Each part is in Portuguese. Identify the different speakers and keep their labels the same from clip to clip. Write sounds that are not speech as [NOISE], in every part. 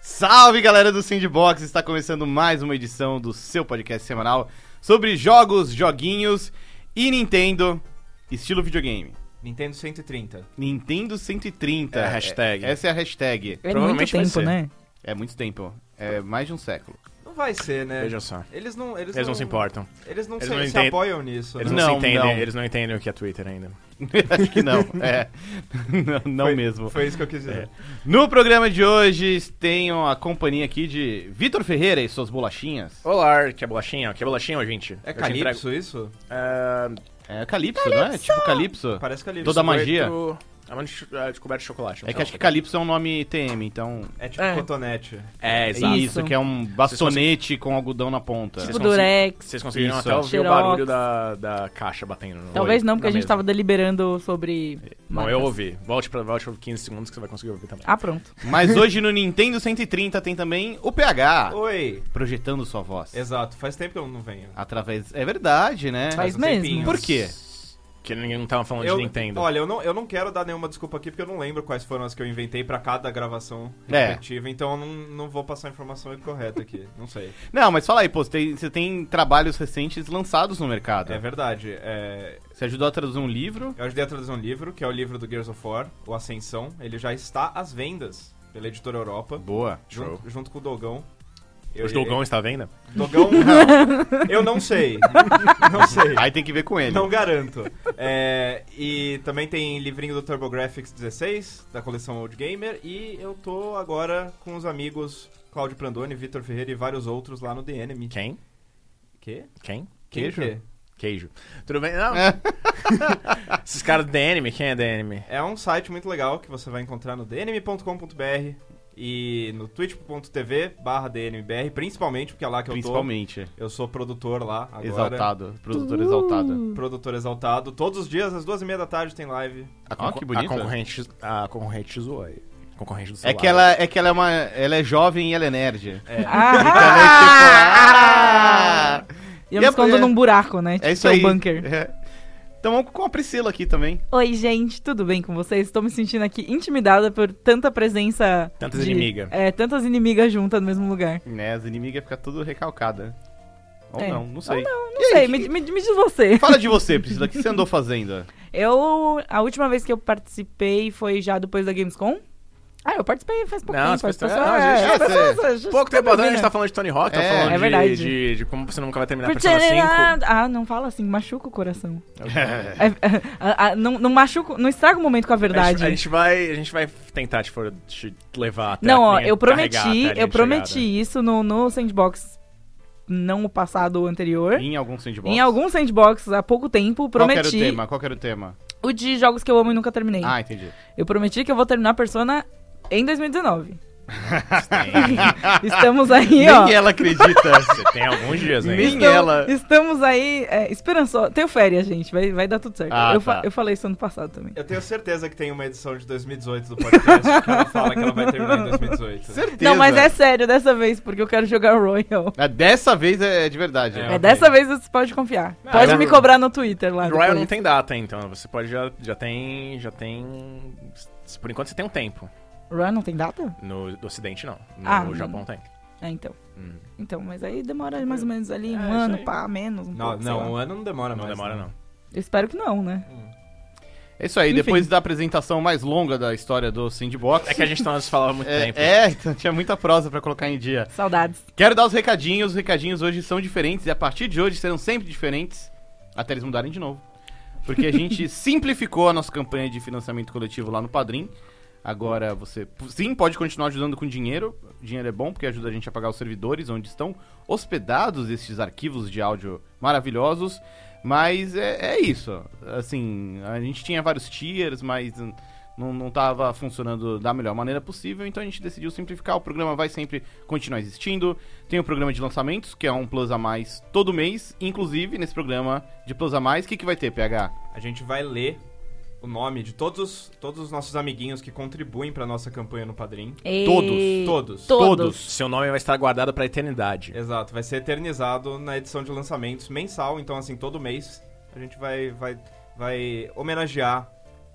Speaker 1: Salve galera do Sandbox! Está começando mais uma edição do seu podcast semanal sobre jogos, joguinhos e Nintendo, estilo videogame.
Speaker 2: Nintendo 130.
Speaker 1: Nintendo 130.
Speaker 3: É a hashtag.
Speaker 1: Essa é a hashtag.
Speaker 4: É muito
Speaker 3: Provavelmente vai
Speaker 4: tempo,
Speaker 3: ser.
Speaker 4: né?
Speaker 1: É muito tempo. É mais de um século. [LAUGHS]
Speaker 2: Não vai ser, né?
Speaker 3: Vejam só.
Speaker 2: Eles não, eles,
Speaker 3: Eles não se importam.
Speaker 2: Eles não,
Speaker 3: Eles
Speaker 2: se,
Speaker 3: não
Speaker 2: se
Speaker 3: entendem.
Speaker 2: apoiam nisso.
Speaker 3: Eles
Speaker 2: né?
Speaker 3: não,
Speaker 1: Não,
Speaker 3: se entendem,
Speaker 1: não.
Speaker 3: eles não entendem o que é Twitter ainda.
Speaker 1: Acho que não. É. [LAUGHS] Não, não
Speaker 2: Foi-
Speaker 1: mesmo.
Speaker 2: Foi isso que eu quis dizer.
Speaker 3: É.
Speaker 1: No programa de hoje, tenho a companhia aqui de Vitor Ferreira e suas bolachinhas.
Speaker 3: Olá, que é bolachinha, que é bolachinha, gente.
Speaker 2: É, Calypso isso?
Speaker 1: É Calypso, não é? Tipo Calypso.
Speaker 2: Parece Calypso.
Speaker 1: Toda magia.
Speaker 3: É uma desco- é, descoberta de chocolate. não
Speaker 1: É que
Speaker 3: sei
Speaker 1: acho que
Speaker 3: lá.
Speaker 1: Calypso é um nome TM, então.
Speaker 2: É tipo
Speaker 4: É.
Speaker 2: cotonete.
Speaker 3: É,
Speaker 1: É
Speaker 3: exato.
Speaker 1: Isso, que é um bastonete com algodão na ponta.
Speaker 3: Vocês
Speaker 4: Tipo
Speaker 3: conseguem-
Speaker 4: Durex.
Speaker 3: Vocês conseguiram
Speaker 1: Isso.
Speaker 3: até ouvir o
Speaker 4: Xerox.
Speaker 3: barulho da, da caixa batendo. No
Speaker 4: Talvez não, porque
Speaker 3: na
Speaker 4: a gente
Speaker 3: mesa.
Speaker 4: tava deliberando sobre.
Speaker 3: Não,
Speaker 4: marcas.
Speaker 3: eu ouvi. Volte pra volte por 15 segundos que você vai conseguir ouvir também.
Speaker 4: Ah, pronto.
Speaker 2: [LAUGHS]
Speaker 1: Mas hoje no Nintendo 130 tem também o
Speaker 4: Ah.
Speaker 1: PH,
Speaker 2: Oi.
Speaker 1: projetando sua voz.
Speaker 2: Exato. Faz tempo que eu não venho.
Speaker 1: Através. É verdade, né?
Speaker 4: Faz
Speaker 2: um
Speaker 4: mesmo.
Speaker 2: tempinho.
Speaker 1: Por quê?
Speaker 3: Que ninguém não tava falando
Speaker 2: Eu,
Speaker 3: de Nintendo.
Speaker 2: Olha, eu não, eu não quero dar nenhuma desculpa aqui, porque eu não lembro quais foram as que eu inventei pra cada gravação
Speaker 1: É.
Speaker 2: respectiva, então eu não, não vou passar a informação incorreta aqui. Não sei.
Speaker 1: Não, mas fala aí, pô, você tem, você tem trabalhos recentes lançados no mercado.
Speaker 2: É verdade. é,
Speaker 1: Você ajudou a traduzir um livro.
Speaker 2: Eu ajudei a traduzir um livro, que é o livro do Gears of War, o Ascensão. Ele já está às vendas pela Editora Europa,
Speaker 1: Boa.
Speaker 3: Show.
Speaker 2: junto, junto com o Dogão. Eu-
Speaker 3: Os Dogão está à venda? [LAUGHS]
Speaker 2: Dogão, não. Eu não sei. [LAUGHS] Não sei.
Speaker 1: Aí tem que ver com ele.
Speaker 2: Não garanto. É, e também tem livrinho do TurboGrafx 16, da coleção Old Gamer. E eu tô agora com os amigos Claudio Prandoni, Vitor Ferreira e vários outros lá no The Enemy.
Speaker 3: Quem?
Speaker 2: Que?
Speaker 3: Quem?
Speaker 1: Queijo?
Speaker 2: Que? é?
Speaker 3: Queijo. Tudo
Speaker 1: [LAUGHS]
Speaker 3: bem? Não. [LAUGHS] Esses caras do The Enemy, quem é The Enemy?
Speaker 2: É um site muito legal que você vai encontrar no dnm.com.br e no twitch.tv barra dnmbr, principalmente, porque é lá que eu tô.
Speaker 1: Principalmente.
Speaker 2: Eu sou produtor lá agora.
Speaker 1: Exaltado. Produtor exaltado.
Speaker 2: Produtor exaltado. Todos os dias, às duas e meia da tarde, tem live.
Speaker 1: Ó, Ah, que
Speaker 3: bonito.
Speaker 2: é
Speaker 1: bonito.
Speaker 3: A concorrente, a concorrente zoou aí. Concorrente do
Speaker 1: É
Speaker 3: celular.
Speaker 1: que, ela, é que ela é uma. Ela é jovem e ela é nerd. tipo
Speaker 2: É.
Speaker 3: [LAUGHS]
Speaker 4: Ah, [LAUGHS]
Speaker 1: Ah!
Speaker 2: [LAUGHS]
Speaker 4: eu me
Speaker 1: é-
Speaker 4: escondo
Speaker 1: é-
Speaker 4: num buraco, né? Tipo,
Speaker 1: É
Speaker 4: que
Speaker 1: isso aí.
Speaker 4: o bunker.
Speaker 1: É. Então vamos com a Priscila aqui também.
Speaker 4: Oi, gente, tudo bem com vocês? Estou me sentindo aqui intimidada por tanta presença.
Speaker 3: Tantas
Speaker 4: de-
Speaker 3: inimigas.
Speaker 4: É, tantas inimigas juntas no mesmo lugar.
Speaker 1: Né, as inimigas ficam tudo recalcada. Ou
Speaker 4: É.
Speaker 1: não, não sei.
Speaker 4: Não sei, me, me- me diz você.
Speaker 1: Fala de você, Priscila, o que você andou
Speaker 4: [LAUGHS]
Speaker 1: fazendo?
Speaker 4: Eu. A última vez que eu participei foi já depois da Gamescom. Ah, eu participei faz pouco
Speaker 3: Não,
Speaker 4: tempo.
Speaker 3: as
Speaker 4: as
Speaker 3: pessoas-
Speaker 4: pessoas-
Speaker 3: ah,
Speaker 4: é,
Speaker 3: gente,
Speaker 4: as
Speaker 1: é,
Speaker 4: pessoas- as pessoas
Speaker 3: Pouco tempo atrás a
Speaker 4: dominam.
Speaker 3: gente tá falando de Tony Hawk, tá
Speaker 1: É,
Speaker 3: falando
Speaker 4: é
Speaker 3: de-
Speaker 4: verdade.
Speaker 3: De, de como você nunca vai terminar
Speaker 4: Por
Speaker 3: Persona 5.
Speaker 4: tcharam- Ah, não fala assim, machuca
Speaker 1: [LAUGHS]
Speaker 4: o coração. É, é, ah, ah, não, não machuca, não estraga o momento com a
Speaker 3: A
Speaker 4: verdade.
Speaker 3: gente, a gente vai, a gente vai tentar te, for- te levar
Speaker 1: tá
Speaker 3: até
Speaker 4: não,
Speaker 3: a
Speaker 4: ó,
Speaker 3: linha-
Speaker 4: eu
Speaker 3: carregar até a
Speaker 4: prometi,
Speaker 3: linha
Speaker 4: eu
Speaker 3: de
Speaker 4: prometi
Speaker 1: né?
Speaker 3: chegada.
Speaker 4: isso no, no sandbox, não o passado o anterior.
Speaker 1: Em algum sandbox?
Speaker 4: Em alguns sandbox há pouco tempo,
Speaker 1: Qual que era o
Speaker 4: prometi
Speaker 1: tema? Qual que era o tema?
Speaker 4: o de jogos que eu amo e nunca terminei.
Speaker 1: Ah, entendi.
Speaker 4: Eu prometi que eu vou terminar Persona
Speaker 1: [LAUGHS]
Speaker 4: em 2019.
Speaker 3: né?
Speaker 4: [LAUGHS] Estamos aí,
Speaker 1: Nem
Speaker 4: ó.
Speaker 1: ela acredita.
Speaker 3: Você tem alguns dias ainda.
Speaker 1: Nem
Speaker 4: Então,
Speaker 1: ela.
Speaker 4: Estamos aí, é, esperançosa. Tenho férias, gente, vai, vai dar tudo certo.
Speaker 1: Ah,
Speaker 4: eu, fa-
Speaker 1: tá.
Speaker 4: eu falei isso ano passado também.
Speaker 2: Eu tenho certeza que tem uma edição de 2018 do podcast que ela fala que ela vai terminar em 2018.
Speaker 1: Certeza.
Speaker 4: Não, mas é sério dessa vez, porque eu quero jogar Royal.
Speaker 1: Ah, Dessa vez é de verdade.
Speaker 4: É,
Speaker 2: ok.
Speaker 4: dessa vez você pode confiar.
Speaker 3: Não,
Speaker 4: pode
Speaker 3: eu-
Speaker 4: me cobrar no Twitter lá.
Speaker 3: Royal não
Speaker 4: depois.
Speaker 3: tem data, então. Você pode já, já tem. Já tem. Por enquanto você tem um tempo.
Speaker 4: Royal não tem data?
Speaker 3: No, do Ocidente, não. No
Speaker 4: Ah,
Speaker 3: Japão tem.
Speaker 4: É, então.
Speaker 3: Hum.
Speaker 4: Então, mas aí demora mais ou menos ali
Speaker 3: É,
Speaker 4: um
Speaker 3: isso
Speaker 4: ano,
Speaker 3: aí.
Speaker 4: pá, menos. Um
Speaker 2: Não,
Speaker 4: pouco, sei
Speaker 2: não,
Speaker 4: lá.
Speaker 2: um ano não demora
Speaker 3: Não
Speaker 2: mais.
Speaker 3: demora,
Speaker 2: né?
Speaker 3: não.
Speaker 4: Eu espero que não, né?
Speaker 1: É isso aí,
Speaker 4: Enfim.
Speaker 1: depois da apresentação mais longa da história do Sandbox.
Speaker 3: É que a gente não se falava há muito
Speaker 1: É,
Speaker 3: tempo.
Speaker 1: é, então tinha muita prosa pra colocar em dia.
Speaker 4: Saudades.
Speaker 1: Quero dar os recadinhos, os recadinhos hoje são diferentes e a partir de hoje serão sempre diferentes até eles mudarem de novo. Porque a gente simplificou a nossa campanha de financiamento coletivo lá no Padrim. Agora você p- sim pode continuar ajudando com dinheiro. Dinheiro é bom porque ajuda a gente a pagar os servidores onde estão hospedados esses arquivos de áudio maravilhosos. Mas é, é isso. Assim, a gente tinha vários tiers, mas hum, não, não tava funcionando da melhor maneira possível, então a gente decidiu simplificar. O programa vai sempre continuar existindo. Tem o programa de lançamentos, que é um Plus a mais todo mês. Inclusive, nesse programa de Plus a mais, o que, que vai ter, PH?
Speaker 2: A gente vai ler o nome de todos, os- todos os nossos amiguinhos que contribuem pra nossa campanha no Padrim.
Speaker 4: Ei.
Speaker 2: Todos.
Speaker 4: Todos.
Speaker 3: Seu nome vai estar guardado pra eternidade.
Speaker 2: Exato, vai ser eternizado na edição de lançamentos mensal, então assim, todo mês a gente vai, vai, vai homenagear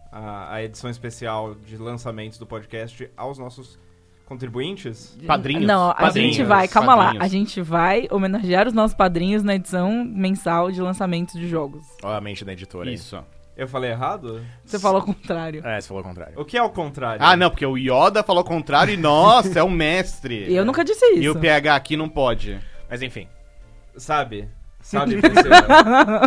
Speaker 2: a, a edição especial de lançamentos do podcast aos nossos contribuintes?
Speaker 1: Padrinhos.
Speaker 4: Não, a
Speaker 1: Padrinhos,
Speaker 4: gente vai, calma lá.
Speaker 1: padrinhos.
Speaker 4: A gente vai homenagear os nossos padrinhos na edição mensal de lançamento de jogos.
Speaker 3: Ó, a mente da editora. aí.
Speaker 1: Isso.
Speaker 2: Eu falei errado?
Speaker 4: Você falou o contrário.
Speaker 3: É, você falou o contrário.
Speaker 2: O que é o contrário?
Speaker 1: Ah, não, porque o Yoda falou o contrário e, nossa, é um mestre.
Speaker 4: Eu nunca disse
Speaker 1: E
Speaker 4: isso.
Speaker 1: o PH aqui não pode.
Speaker 3: Mas [LAUGHS] enfim.
Speaker 2: Sabe?
Speaker 1: [LAUGHS]
Speaker 2: Sabe, Priscila?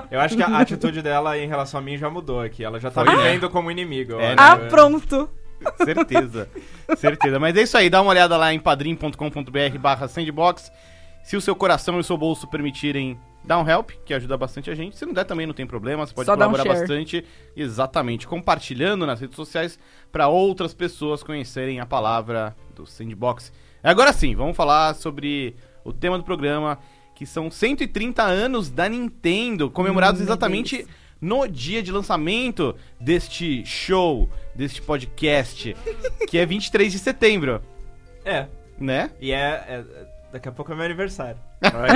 Speaker 2: Eu acho que a atitude dela em relação a mim já mudou aqui. Ela já tá
Speaker 1: Foi,
Speaker 2: me
Speaker 1: né?
Speaker 2: vendo como inimigo. eu
Speaker 1: É,
Speaker 2: acho.
Speaker 4: Ah, pronto.
Speaker 1: Certeza. Certeza. Mas é isso aí, dá uma olhada lá em padrim.com.br barra sandbox. Se o seu coração e o seu bolso permitirem, dá um help, que ajuda bastante a gente. Se não der também, não tem problema, você pode
Speaker 4: Só dá um
Speaker 1: colaborar
Speaker 4: share.
Speaker 1: bastante. Exatamente. Compartilhando nas redes sociais para outras pessoas conhecerem a palavra do sandbox. Agora sim, vamos falar sobre o tema do programa, que são 130 anos da Nintendo, comemorados
Speaker 4: Hum, meu
Speaker 1: exatamente
Speaker 4: Deus.
Speaker 1: no dia de lançamento deste show, deste podcast, que é 23 de setembro,
Speaker 2: É.
Speaker 1: né?
Speaker 2: E é, é- Daqui a pouco é meu aniversário.
Speaker 3: Olha,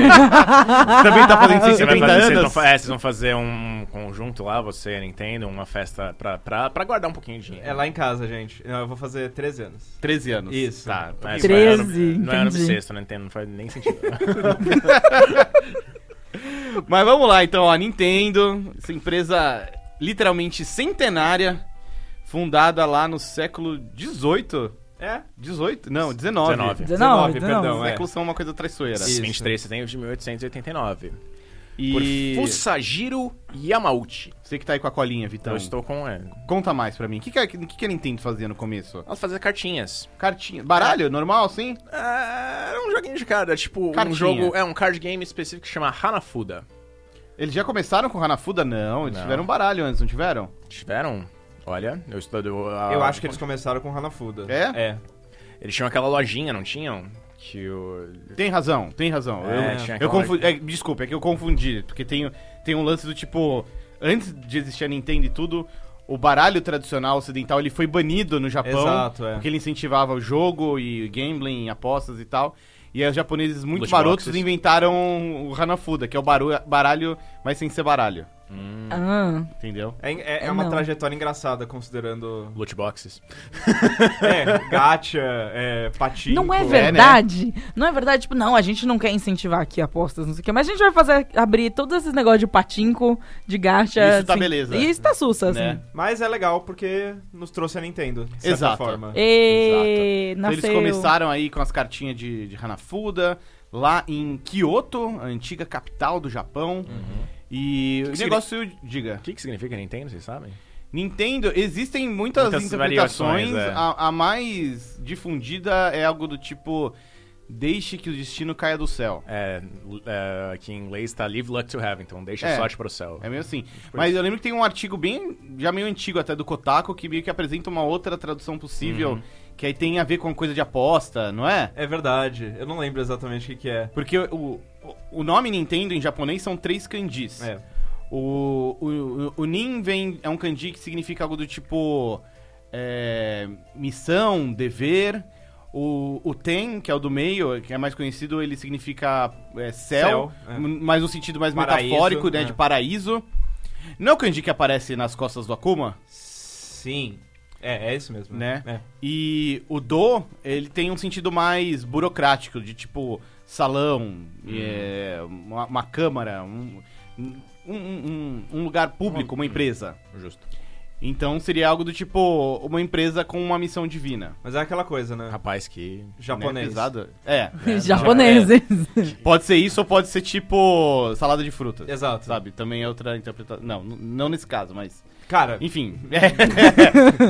Speaker 1: Também tá fazendo
Speaker 3: você vai
Speaker 1: 130
Speaker 3: fazer- vocês, vão,
Speaker 1: anos.
Speaker 3: fa- é, vocês vão fazer um conjunto lá, você e a Nintendo, uma festa pra, pra, pra guardar um pouquinho de dinheiro.
Speaker 2: É lá em casa, gente. Não, eu vou fazer 13 anos.
Speaker 1: 13 anos.
Speaker 2: Isso.
Speaker 3: Tá, mas
Speaker 4: 13,
Speaker 3: Não era no
Speaker 4: entendi.
Speaker 3: sexto, né? Nintendo, não faz nem [LAUGHS] sentido.
Speaker 1: Mas vamos lá, então, ó, Nintendo, essa empresa literalmente centenária, fundada lá no século 18,
Speaker 2: É?
Speaker 1: 18? Não, 19.
Speaker 3: 19.
Speaker 2: 19,
Speaker 4: 19, 19.
Speaker 2: perdão, é.
Speaker 1: Séculos são uma coisa traiçoeira.
Speaker 2: Isso.
Speaker 3: 23 de setembro de 1889.
Speaker 1: E
Speaker 3: Por Fusajiro Yamauchi.
Speaker 1: você que tá aí com a colinha, Vitão,
Speaker 3: Então, eu estou com... é,
Speaker 1: conta mais pra mim. O que, que, a- o que, que a Nintendo fazia no começo?
Speaker 3: Ela fazia cartinhas.
Speaker 1: Cartinha. Baralho, normal, assim? sim?
Speaker 3: Ah, Era um joguinho de cara, tipo
Speaker 1: Cartinha.
Speaker 3: um jogo... É um card game específico que chama Hanafuda.
Speaker 1: Eles já começaram com Hanafuda? Não, eles
Speaker 3: Não.
Speaker 1: tiveram um baralho antes, não tiveram?
Speaker 3: Tiveram... Olha, eu estou...
Speaker 2: Eu acho que eles começaram com Hanafuda.
Speaker 1: Ah, É?
Speaker 2: É.
Speaker 3: Eles tinham aquela lojinha, não tinham? Que o...
Speaker 1: Tem razão, tem razão.
Speaker 3: É,
Speaker 1: eu
Speaker 3: tinha
Speaker 1: eu
Speaker 3: aquela-
Speaker 1: confundi. É, desculpa, é que eu confundi, porque tem, tem um lance do tipo. Antes de existir a Nintendo e tudo, o baralho tradicional ocidental ele foi banido no Japão.
Speaker 2: Exato, é.
Speaker 1: Porque ele incentivava o jogo e gambling, apostas e tal. E aí os japoneses muito
Speaker 3: Loot
Speaker 1: marotos
Speaker 3: boxes.
Speaker 1: inventaram o Hanafuda, que é o baru- baralho, mas sem ser baralho.
Speaker 4: Ah,
Speaker 1: Entendeu?
Speaker 2: É, é- é
Speaker 4: Eu
Speaker 2: uma
Speaker 4: não.
Speaker 2: trajetória engraçada, considerando.
Speaker 3: Loot boxes.
Speaker 2: É, gacha, é, patinho.
Speaker 4: não é
Speaker 1: né?
Speaker 4: verdade? Não é verdade, tipo, não, a gente não quer incentivar aqui apostas, não sei o quê, mas a gente vai fazer, abrir todos esses negócios de patinco, de gacha.
Speaker 1: Isso tá beleza.
Speaker 4: E isso tá sussa, assim.
Speaker 1: Né?
Speaker 2: Mas é legal porque nos trouxe a Nintendo, de certa
Speaker 1: Exato.
Speaker 2: forma.
Speaker 4: É. E...
Speaker 1: Então,
Speaker 4: Nasceu.
Speaker 1: eles
Speaker 4: [LAUGHS]
Speaker 1: começaram aí com as cartinhas de, de Hanafuda, lá em Kyoto, a antiga capital do Japão. E
Speaker 3: Uhum. que
Speaker 1: o negócio, diga,
Speaker 3: O que, que significa Nintendo, vocês sabem?
Speaker 1: Nintendo, existem muitas,
Speaker 3: Muitas
Speaker 1: interpretações,
Speaker 3: variações, é.
Speaker 1: a, a mais difundida é algo do tipo, deixe que o destino caia do céu.
Speaker 3: É, é, aqui em inglês tá Live Luck to Have, então deixa
Speaker 1: É.
Speaker 3: a sorte pro céu.
Speaker 1: É meio assim. Mas eu lembro que tem um artigo bem, já meio antigo até, do Kotaku, que meio que apresenta uma outra tradução possível,
Speaker 3: Uhum.
Speaker 1: que aí tem a ver com coisa de aposta, não é?
Speaker 2: É verdade. Eu não lembro exatamente o que, que é.
Speaker 1: Porque o, o nome Nintendo em japonês são três kanjis.
Speaker 2: É.
Speaker 1: O, o, o Nin vem, é um kanji que significa algo do tipo é, missão, dever. O, o Ten, que é o do meio, que é mais conhecido, ele significa é, céu,
Speaker 2: Céu, é.
Speaker 1: m- mas no sentido mais
Speaker 2: Paraíso,
Speaker 1: metafórico, né,
Speaker 2: é.
Speaker 1: de paraíso. Não é o kanji que aparece nas costas do Akuma?
Speaker 2: Sim. É, é isso mesmo.
Speaker 1: Né?
Speaker 2: É.
Speaker 1: E o do, ele tem um sentido mais burocrático, de tipo salão,
Speaker 2: Uhum.
Speaker 1: é, uma, uma câmara, um, um, um- um lugar público,
Speaker 2: Uhum.
Speaker 1: uma empresa.
Speaker 2: É.
Speaker 3: Justo.
Speaker 1: Então seria algo do tipo uma empresa com uma missão divina.
Speaker 2: Mas é aquela coisa, né?
Speaker 3: Rapaz que...
Speaker 1: Né?
Speaker 2: Japonês.
Speaker 1: Pesado. É.
Speaker 4: Japoneses.
Speaker 1: Pode ser isso ou pode ser tipo salada de frutas.
Speaker 2: Exato.
Speaker 1: Sabe? Também é outra interpretação. Não, n- não nesse caso, mas.
Speaker 2: Cara, [LAUGHS]
Speaker 1: Enfim. [LAUGHS] É.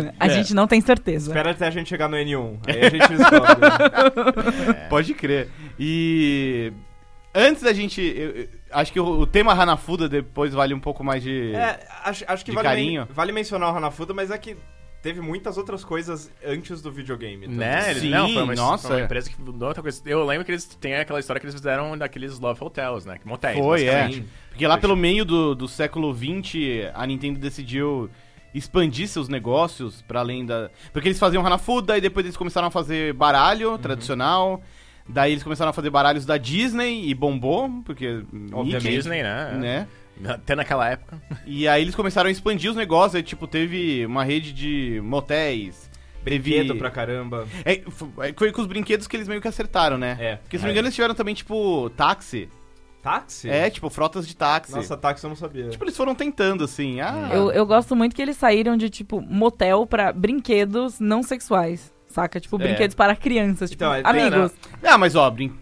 Speaker 1: né?
Speaker 4: a gente não tem certeza.
Speaker 2: espera até a gente chegar no N1. Aí a
Speaker 1: [LAUGHS]
Speaker 2: gente descobre.
Speaker 1: É. Pode crer. E. Antes da gente. eu- eu acho que o, o tema Hanafuda depois vale um pouco mais de.
Speaker 2: é, acho, acho que
Speaker 1: De
Speaker 2: vale,
Speaker 1: carinho.
Speaker 2: men- vale mencionar o Hanafuda, mas é que teve muitas outras coisas antes do videogame. então também.
Speaker 3: Né? Ele-
Speaker 1: Então, Sim,
Speaker 3: não, foi uma,
Speaker 1: nossa.
Speaker 3: foi uma empresa que mudou outra coisa. Eu lembro que eles têm aquela história que eles fizeram daqueles Love Hotels, né? Que Motéis,
Speaker 1: Foi, é.
Speaker 3: basicamente.
Speaker 1: Porque lá pelo meio do, do século XX, a Nintendo decidiu expandir seus negócios pra além da. Porque eles faziam Hanafuda e depois eles começaram a fazer baralho tradicional. Daí eles começaram a fazer baralhos da Disney e bombou, porque.
Speaker 3: Obviamente.
Speaker 1: Mickey,
Speaker 3: Disney, né?
Speaker 1: Né?
Speaker 3: Até naquela época.
Speaker 1: E aí eles começaram a expandir os negócios, aí, tipo, teve uma rede de motéis,
Speaker 2: Brinquedo
Speaker 1: Teve-
Speaker 2: pra
Speaker 1: [LAUGHS]
Speaker 2: caramba.
Speaker 1: É, f- é, foi com os brinquedos que eles meio que acertaram, né?
Speaker 2: É.
Speaker 1: Porque se não
Speaker 3: É.
Speaker 1: me engano eles tiveram também, tipo, táxi.
Speaker 2: Táxi?
Speaker 1: É, tipo, frotas de táxi.
Speaker 2: Nossa, táxi eu não sabia.
Speaker 1: Tipo, eles foram tentando, assim. Ah,
Speaker 4: Eu, eu gosto muito que eles saíram de, tipo, motel pra brinquedos não sexuais. Saca? Tipo,
Speaker 1: É.
Speaker 4: brinquedos para crianças, tipo,
Speaker 2: Então, é,
Speaker 4: amigos.
Speaker 1: Ah, mas ó, brin...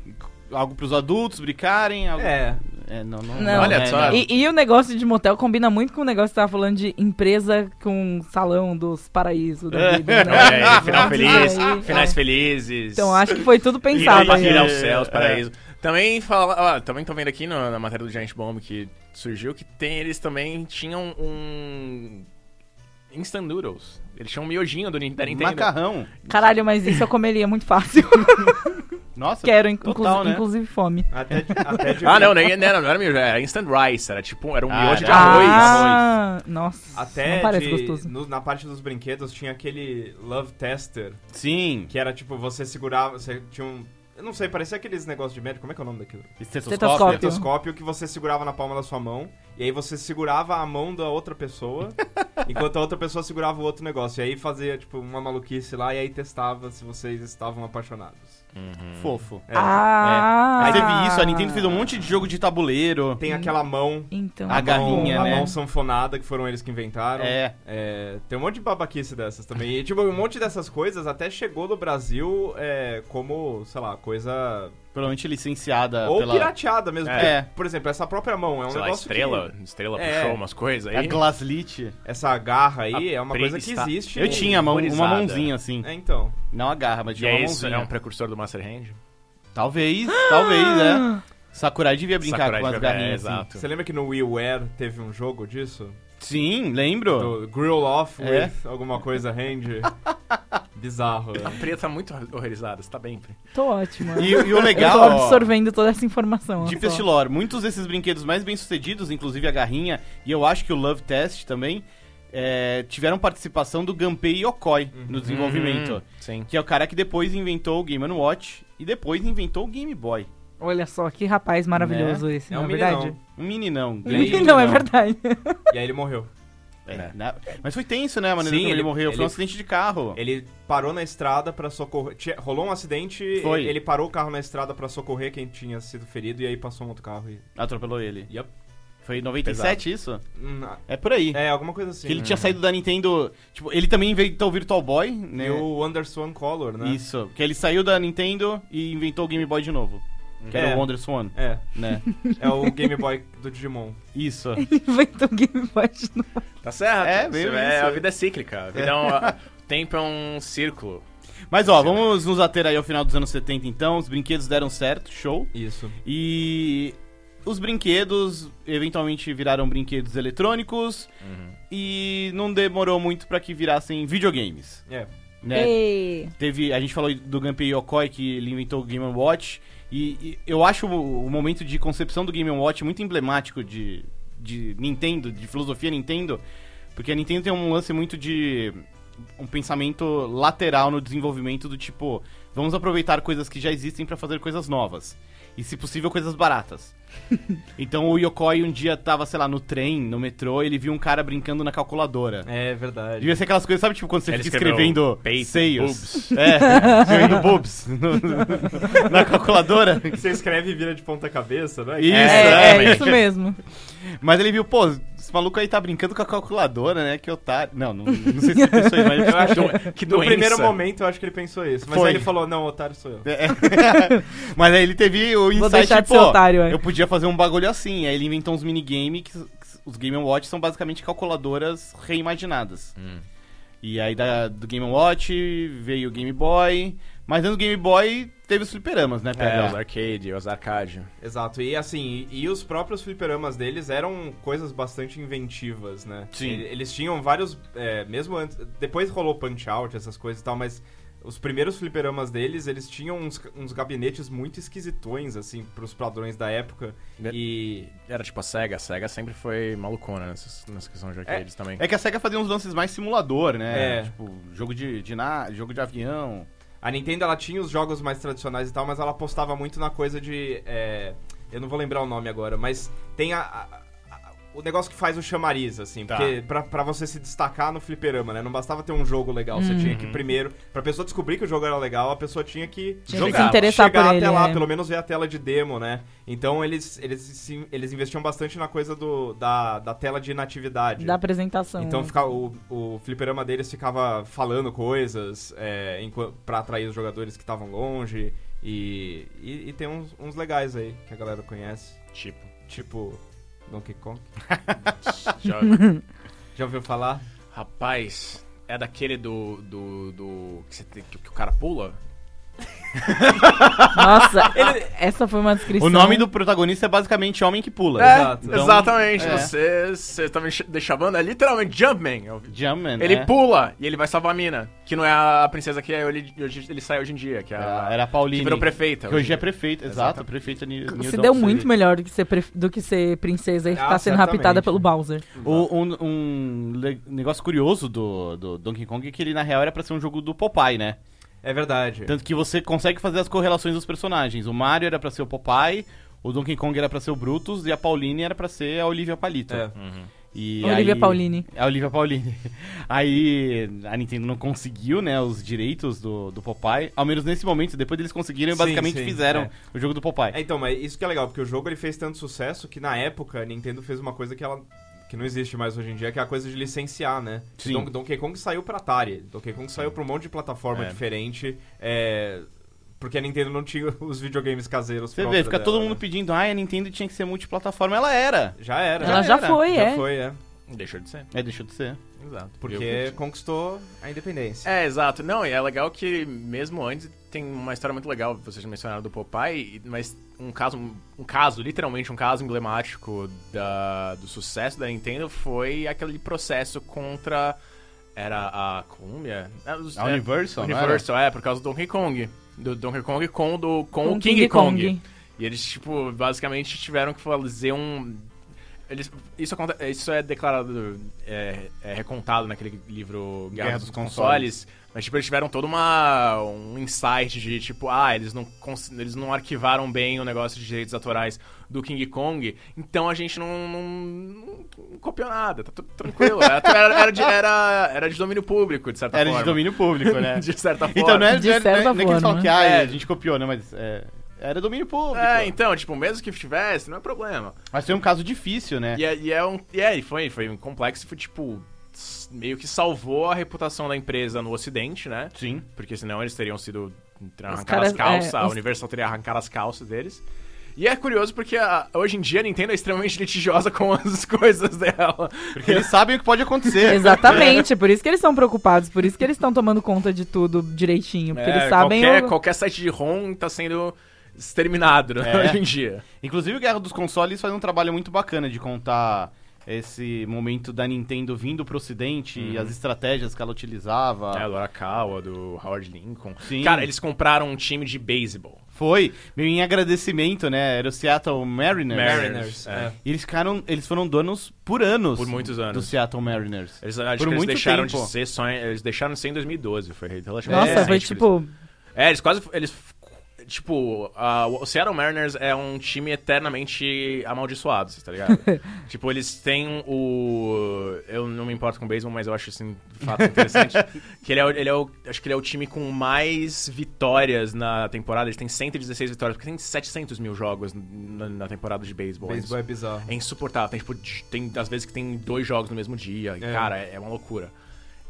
Speaker 1: algo pros adultos brincarem. Algo...
Speaker 2: É.
Speaker 1: É, não, não.
Speaker 4: Não.
Speaker 3: Olha
Speaker 1: né,
Speaker 3: só.
Speaker 1: não.
Speaker 4: E, e o negócio de motel combina muito com o negócio que você tava falando de empresa com salão dos paraísos da vida, né?
Speaker 3: [LAUGHS] É,
Speaker 1: [LAUGHS]
Speaker 3: é, final
Speaker 4: Vamos
Speaker 3: feliz,
Speaker 4: dizer aí,
Speaker 3: finais
Speaker 4: é.
Speaker 3: felizes.
Speaker 4: Então acho que foi tudo pensado.
Speaker 3: Gira,
Speaker 4: aí.
Speaker 3: gira aos
Speaker 1: É,
Speaker 3: céus,
Speaker 1: é.
Speaker 3: paraíso. Também fala, ó, também tô vendo aqui na, na matéria do Giant Bomb que surgiu que tem eles também tinham um instant noodles. Eles tinham um miojinho do Nin- da Nintendo.
Speaker 1: Macarrão.
Speaker 4: Caralho, mas isso eu comeria muito fácil. [LAUGHS]
Speaker 1: Nossa.
Speaker 4: Quero, inclu-
Speaker 1: Total, né?
Speaker 4: inclusive fome.
Speaker 2: Até,
Speaker 1: [LAUGHS]
Speaker 2: até de
Speaker 3: Ah, não, nem, não, não, não era miojo, era instant rice, era tipo, era um
Speaker 1: Ah,
Speaker 3: miojo de
Speaker 1: era-
Speaker 3: arroz.
Speaker 4: ah, nossa.
Speaker 2: Até
Speaker 4: não parece
Speaker 2: de-
Speaker 4: gostoso.
Speaker 2: no- na parte dos brinquedos tinha aquele love tester,
Speaker 1: Sim.
Speaker 2: que era tipo, você segurava, você tinha um... Eu não sei, parecia aqueles negócios de médico, como é que é o nome daquilo?
Speaker 1: Estetoscópio.
Speaker 4: Estetoscópio.
Speaker 2: Estetoscópio que você segurava na palma da sua mão, e aí você segurava a mão da outra pessoa, enquanto a outra pessoa segurava o outro negócio. E aí fazia, tipo, uma maluquice lá, e aí testava se vocês estavam apaixonados.
Speaker 1: Uhum. Fofo.
Speaker 2: É.
Speaker 4: Ah!
Speaker 1: Aí teve isso, a Nintendo fez um monte de jogo de tabuleiro.
Speaker 2: Tem aquela mão,
Speaker 4: Então.
Speaker 1: A garrinha,
Speaker 2: mão,
Speaker 1: né?
Speaker 2: a mão sanfonada, que foram eles que inventaram.
Speaker 1: É.
Speaker 2: É, tem um monte de babaquice dessas também. E, tipo, um monte dessas coisas até chegou no Brasil é, como, sei lá, coisa.
Speaker 1: Provavelmente licenciada
Speaker 2: Ou
Speaker 1: Ah, pela.
Speaker 2: pirateada mesmo.
Speaker 1: É.
Speaker 2: porque, por exemplo, essa própria mão é um
Speaker 3: Sei lá,
Speaker 2: negócio.
Speaker 3: estrela, estrela
Speaker 2: É.
Speaker 3: puxou umas coisas
Speaker 1: A
Speaker 3: aí.
Speaker 1: Glaslit.
Speaker 2: que- essa garra aí
Speaker 3: A
Speaker 2: é uma
Speaker 3: pre-
Speaker 2: coisa que
Speaker 3: está-
Speaker 2: existe.
Speaker 1: Eu tinha a mão- uma
Speaker 3: Memorizada.
Speaker 1: mãozinha [LAUGHS] assim.
Speaker 2: É, então.
Speaker 1: Não a garra, mas
Speaker 3: E
Speaker 1: tinha
Speaker 3: é
Speaker 1: uma
Speaker 3: isso,
Speaker 1: mãozinha.
Speaker 3: é um precursor do Master Hand.
Speaker 1: Talvez, talvez, né? Sakurai devia brincar
Speaker 3: Sakurai
Speaker 1: com as
Speaker 3: de- é,
Speaker 1: garrinhas. assim.
Speaker 3: exato.
Speaker 2: Você lembra que no WiiWare teve um jogo disso?
Speaker 1: Sim, lembro.
Speaker 2: Do Grill Off
Speaker 1: É.
Speaker 2: with alguma
Speaker 1: [LAUGHS]
Speaker 2: coisa hand? Bizarro. né?
Speaker 3: A Pri tá muito horrorizada, você tá bem, Pri.
Speaker 4: Tô ótima.
Speaker 1: E, e o
Speaker 4: Eu
Speaker 1: legal.
Speaker 4: tô
Speaker 1: ó,
Speaker 4: absorvendo toda essa informação.
Speaker 1: De
Speaker 4: olha só.
Speaker 1: Pestilor, muitos desses brinquedos mais bem sucedidos, inclusive a Garrinha e eu acho que o Love Test também, é, tiveram participação do Gunpei Yokoi no desenvolvimento.
Speaker 3: Uhum, sim.
Speaker 1: Que é o cara que depois inventou o Game Watch e depois inventou o Game Boy.
Speaker 4: Olha só, que rapaz maravilhoso esse,
Speaker 2: É
Speaker 4: não
Speaker 2: um
Speaker 4: é verdade?
Speaker 2: meninão.
Speaker 1: Um meninão.
Speaker 4: Um
Speaker 1: grande
Speaker 4: [LAUGHS] Não, é verdade.
Speaker 2: E aí ele morreu.
Speaker 1: É, na- Mas foi tenso, né, a maneira
Speaker 2: Sim,
Speaker 1: como ele,
Speaker 2: ele-
Speaker 1: morreu. Foi um
Speaker 2: ele- é-
Speaker 1: acidente de carro.
Speaker 2: Ele parou na estrada pra socorrer. tinha- Rolou um acidente,
Speaker 1: Foi.
Speaker 2: ele parou o carro na estrada pra socorrer quem tinha sido ferido e aí passou um outro carro e.
Speaker 1: Atropelou ele.
Speaker 2: Yup.
Speaker 1: Foi em 97 isso?
Speaker 2: Hum, ah,
Speaker 1: É por aí.
Speaker 2: É, alguma coisa assim.
Speaker 1: Que ele tinha saído da Nintendo. Tipo, ele também inventou o Virtual Boy, né?
Speaker 2: E o Anderson Color, né?
Speaker 1: Isso. Que ele saiu da Nintendo e inventou o Game Boy de novo. Que era
Speaker 2: É.
Speaker 1: o Wonder Swan,
Speaker 2: É, [LAUGHS]
Speaker 1: né? [LAUGHS]
Speaker 2: é o Game Boy do Digimon.
Speaker 1: Isso.
Speaker 4: [LAUGHS] Inventou um Game Boy de novo.
Speaker 3: Tá certo.
Speaker 1: É,
Speaker 3: Você-
Speaker 1: veio
Speaker 3: é,
Speaker 1: isso.
Speaker 3: a vida é cíclica. A vida é um, a- o tempo é um círculo.
Speaker 1: Mas ó, vamos nos ater aí ao final dos anos 70 então. Os brinquedos deram certo, show.
Speaker 2: Isso.
Speaker 1: E os brinquedos eventualmente viraram brinquedos eletrônicos
Speaker 2: Uhum.
Speaker 1: e não demorou muito pra que virassem videogames,
Speaker 2: É.
Speaker 1: né?
Speaker 4: Ei.
Speaker 1: Teve, a gente falou do Gunpei Yokoi que ele inventou o Game Watch e, e eu acho o, o momento de concepção do Game Watch muito emblemático de, de Nintendo, de filosofia Nintendo, porque a Nintendo tem um lance muito de um pensamento lateral no desenvolvimento do tipo, vamos aproveitar coisas que já existem pra fazer coisas novas. E, se possível, coisas
Speaker 3: [LAUGHS]
Speaker 1: baratas. então o Yokoi um dia tava, sei lá, no trem, no metrô, ele viu um cara brincando na calculadora.
Speaker 2: É verdade.
Speaker 1: Devia ser aquelas coisas, sabe, tipo, quando você
Speaker 3: Ele
Speaker 1: fica
Speaker 3: escreveu
Speaker 1: escrevendo
Speaker 3: peito,
Speaker 1: seios.
Speaker 4: [LAUGHS]
Speaker 1: É, escrevendo boobs no- no- na calculadora.
Speaker 2: [LAUGHS] Você escreve e vira de ponta cabeça, né?
Speaker 1: Isso,
Speaker 4: É,
Speaker 1: é,
Speaker 4: é,
Speaker 1: mas-
Speaker 4: isso mesmo.
Speaker 1: Mas ele viu, pô, esse maluco aí tá brincando com a calculadora, né? Que otário. Não, não, não sei se ele pensou isso, mas ele
Speaker 2: Eu acho
Speaker 3: Do- que
Speaker 2: que no
Speaker 3: doença.
Speaker 2: primeiro momento eu acho que ele pensou isso. Mas
Speaker 1: Foi.
Speaker 2: aí ele falou, não, otário sou eu.
Speaker 1: [LAUGHS] É. Mas aí ele teve o insight,
Speaker 4: deixar de
Speaker 1: pô,
Speaker 4: ser otário, é.
Speaker 1: eu podia fazer um bagulho assim. Aí ele inventou uns minigames que, que os Game Watch são basicamente calculadoras reimaginadas.
Speaker 3: Hum.
Speaker 1: E aí da- do Game Watch veio o Game Boy, mas dentro do Game Boy teve os fliperamas, né,
Speaker 3: É, os
Speaker 1: PH?
Speaker 3: arcade, os arcade.
Speaker 2: Exato. E assim, e, e os próprios fliperamas deles eram coisas bastante inventivas, né?
Speaker 1: Sim.
Speaker 2: E- Eles tinham vários. é, mesmo antes. Depois rolou Punch Out, essas coisas e tal, mas. Os primeiros fliperamas deles, eles tinham uns, uns gabinetes muito esquisitões, assim, pros padrões da época.
Speaker 3: Né?
Speaker 2: E.
Speaker 3: Era tipo a SEGA. A SEGA sempre foi malucona nessas, nessa questão de arcades também.
Speaker 1: É que a SEGA fazia uns lances mais simulador, né?
Speaker 2: É.
Speaker 1: Tipo, jogo de, de na- jogo de avião.
Speaker 2: A Nintendo, ela tinha os jogos mais tradicionais e tal, mas ela apostava muito na coisa de. é, eu não vou lembrar o nome agora, mas tem a. a- a- o negócio que faz o chamariz, assim.
Speaker 3: Tá.
Speaker 2: Porque pra, pra você se destacar no fliperama, né? Não bastava ter um jogo legal. Você tinha que primeiro. Pra pessoa descobrir que o jogo era legal, a pessoa tinha que
Speaker 4: Uhum. Tinha
Speaker 3: que se
Speaker 4: interessar
Speaker 2: chegar
Speaker 4: por
Speaker 2: até
Speaker 4: ele,
Speaker 2: lá,
Speaker 4: é.
Speaker 2: pelo menos ver a tela de demo, né? Então eles, eles, se- eles investiam bastante na coisa do, da, da tela de inatividade.
Speaker 4: da apresentação.
Speaker 2: Então fica, o, o fliperama deles ficava falando coisas é, enqua- pra atrair os jogadores que estavam longe. E, e, e tem uns, uns legais aí que a galera conhece.
Speaker 3: Tipo,
Speaker 2: Tipo Donkey Kong.
Speaker 1: [LAUGHS]
Speaker 3: já-
Speaker 2: Já ouviu falar?
Speaker 3: rapaz, é daquele do. do. do. Que, você tem- que- que o cara pula?
Speaker 4: [LAUGHS] Nossa, essa foi uma descrição.
Speaker 1: O nome do protagonista é basicamente Homem que Pula.
Speaker 2: Exato.
Speaker 1: Então,
Speaker 3: Exatamente,
Speaker 1: é.
Speaker 3: você, você tá me ch- deixando, é literalmente Jumpman. é o-
Speaker 1: Jumpman,
Speaker 3: Ele
Speaker 1: é.
Speaker 3: pula e ele vai salvar a mina, que não é a princesa que é, ele, hoje- ele sai hoje em dia, que é a,
Speaker 1: Era Ah, era a Pauline.
Speaker 3: que virou prefeita.
Speaker 1: Que hoje é prefeito, exato. Prefeita New
Speaker 4: Se deu muito melhor do que ser, pre- do que ser princesa e
Speaker 2: Ah,
Speaker 4: ficar sendo
Speaker 2: certamente.
Speaker 4: raptada pelo Bowser.
Speaker 1: O- um, um le- negócio curioso do, do Donkey Kong é que ele, na real, era pra ser um jogo do Popeye, né?
Speaker 2: É verdade.
Speaker 1: Tanto que você consegue fazer as correlações dos personagens. O Mario era pra ser o Popeye, o Donkey Kong era pra ser o Brutus e a Pauline era pra ser a Olivia Palito.
Speaker 2: É.
Speaker 1: E
Speaker 4: A Olivia
Speaker 1: aí- é
Speaker 4: Paulini.
Speaker 1: A Olivia Paulini. [LAUGHS] Aí a Nintendo não conseguiu, né, os direitos do, do Popeye. Ao menos nesse momento, depois deles conseguiram,
Speaker 2: Sim,
Speaker 1: basicamente
Speaker 2: sim,
Speaker 1: fizeram
Speaker 2: é.
Speaker 1: o jogo do Popeye.
Speaker 2: É, então, mas isso que é legal, porque o jogo ele fez tanto sucesso que na época a Nintendo fez uma coisa que ela que não existe mais hoje em dia, que é a coisa de licenciar, né?
Speaker 1: Sim.
Speaker 2: Don- Donkey Kong saiu pra Atari, Donkey Kong saiu pra um monte de plataforma
Speaker 3: É.
Speaker 2: diferente, é, porque a Nintendo não tinha [LAUGHS] os videogames caseiros
Speaker 1: Você vê,
Speaker 2: próprios
Speaker 1: fica
Speaker 2: dela,
Speaker 1: todo mundo
Speaker 2: né?
Speaker 1: pedindo, ah, a Nintendo tinha que ser multiplataforma. Ela era.
Speaker 2: Já era.
Speaker 4: Ela já
Speaker 1: era,
Speaker 4: foi,
Speaker 2: já
Speaker 4: é.
Speaker 2: foi, é.
Speaker 3: Deixou de ser.
Speaker 1: É, deixou de ser.
Speaker 3: Exato.
Speaker 2: Porque conquistou a independência.
Speaker 3: É, exato. Não, e é legal que mesmo antes tem uma história muito legal, vocês mencionaram do Popeye, mas um caso, um caso, literalmente um caso emblemático da- do sucesso da Nintendo foi aquele processo contra era a Columbia? É, os-
Speaker 1: A
Speaker 3: é,
Speaker 1: Universal, não era?
Speaker 3: Universal, é, por causa do Donkey Kong. Do Donkey Kong com, o do, com, o King, Kong. E eles, tipo, basicamente tiveram que fazer um. Eles, isso, aconte- isso é declarado, é, é recontado naquele livro Guerra, dos, Consoles, mas tipo, eles tiveram todo uma, um insight de tipo, ah, eles não, cons- eles não arquivaram bem o negócio de direitos autorais do King Kong, então a gente não, não- não copiou nada, tá tudo tranquilo. Era, [LAUGHS] era, era de, era, era de domínio público, de certa
Speaker 1: Era
Speaker 3: forma.
Speaker 1: de domínio público, né?
Speaker 3: [LAUGHS] de certa
Speaker 1: [LAUGHS]
Speaker 3: forma.
Speaker 1: Então não é,
Speaker 4: De
Speaker 1: não é- não é-
Speaker 4: certa
Speaker 1: não é que eles falam
Speaker 4: forma.
Speaker 1: que ah,
Speaker 3: É.
Speaker 1: a gente copiou, né? Mas é, era domínio público.
Speaker 3: É, então, tipo, mesmo que tivesse, não é problema.
Speaker 1: Mas foi um caso difícil, né?
Speaker 3: E é, e é um. E é, e foi, foi um complexo, foi tipo. s- Meio que salvou a reputação da empresa no ocidente, né?
Speaker 1: Sim.
Speaker 3: Porque senão eles teriam sido. teriam
Speaker 4: Os
Speaker 3: arrancado
Speaker 4: caras-
Speaker 3: as calças,
Speaker 4: é,
Speaker 3: a
Speaker 4: os-
Speaker 3: Universal teria arrancado as calças deles. E é curioso porque a- hoje em dia a Nintendo é extremamente litigiosa com [LAUGHS] as coisas dela.
Speaker 1: Porque eles sabem o que pode acontecer.
Speaker 4: [LAUGHS] Exatamente, por isso que eles estão preocupados, por isso que eles estão tomando conta de tudo direitinho, porque
Speaker 3: É,
Speaker 4: eles sabem
Speaker 3: qualquer,
Speaker 4: o-
Speaker 3: qualquer site de ROM tá sendo exterminado né,
Speaker 1: É.
Speaker 3: hoje em dia.
Speaker 1: Inclusive, o Guerra dos Consoles faz um trabalho muito bacana de contar esse momento da Nintendo vindo pro ocidente e as estratégias que ela utilizava.
Speaker 3: Uhum. É, a Lorakawa, do Howard Lincoln.
Speaker 1: Sim.
Speaker 3: Cara, eles compraram um time de beisebol.
Speaker 1: Foi, meio em agradecimento, né? Era o Seattle Mariners.
Speaker 3: Mariners,
Speaker 2: é.
Speaker 3: é.
Speaker 1: E eles, ficaram, eles foram donos por anos.
Speaker 3: Por muitos anos.
Speaker 1: Do Seattle Mariners.
Speaker 3: Eles, acho
Speaker 1: Por
Speaker 3: que eles
Speaker 1: muito
Speaker 3: deixaram
Speaker 1: tempo.
Speaker 3: de ser só em, Eles deixaram de ser em 2012, foi relativamente
Speaker 4: Nossa,
Speaker 3: recente
Speaker 4: foi
Speaker 3: que
Speaker 4: tipo.
Speaker 3: eles- É, eles quase... Eles, tipo, ah, o Seattle Mariners é um time eternamente amaldiçoado, tá
Speaker 4: [LAUGHS]
Speaker 3: ligado? tipo, eles têm o... Eu não me importo com o beisebol, mas eu acho esse fato
Speaker 4: [LAUGHS]
Speaker 3: interessante. que ele é, o- ele é o... Acho que ele é o time com mais vitórias na temporada. Eles têm 116 vitórias, porque tem 700 mil jogos na, na temporada de beisebol.
Speaker 2: Beisebol é bizarro.
Speaker 3: É insuportável. Tem, tipo, de- tem às vezes que tem dois jogos no mesmo dia. E,
Speaker 2: É.
Speaker 3: Cara, é, é uma loucura.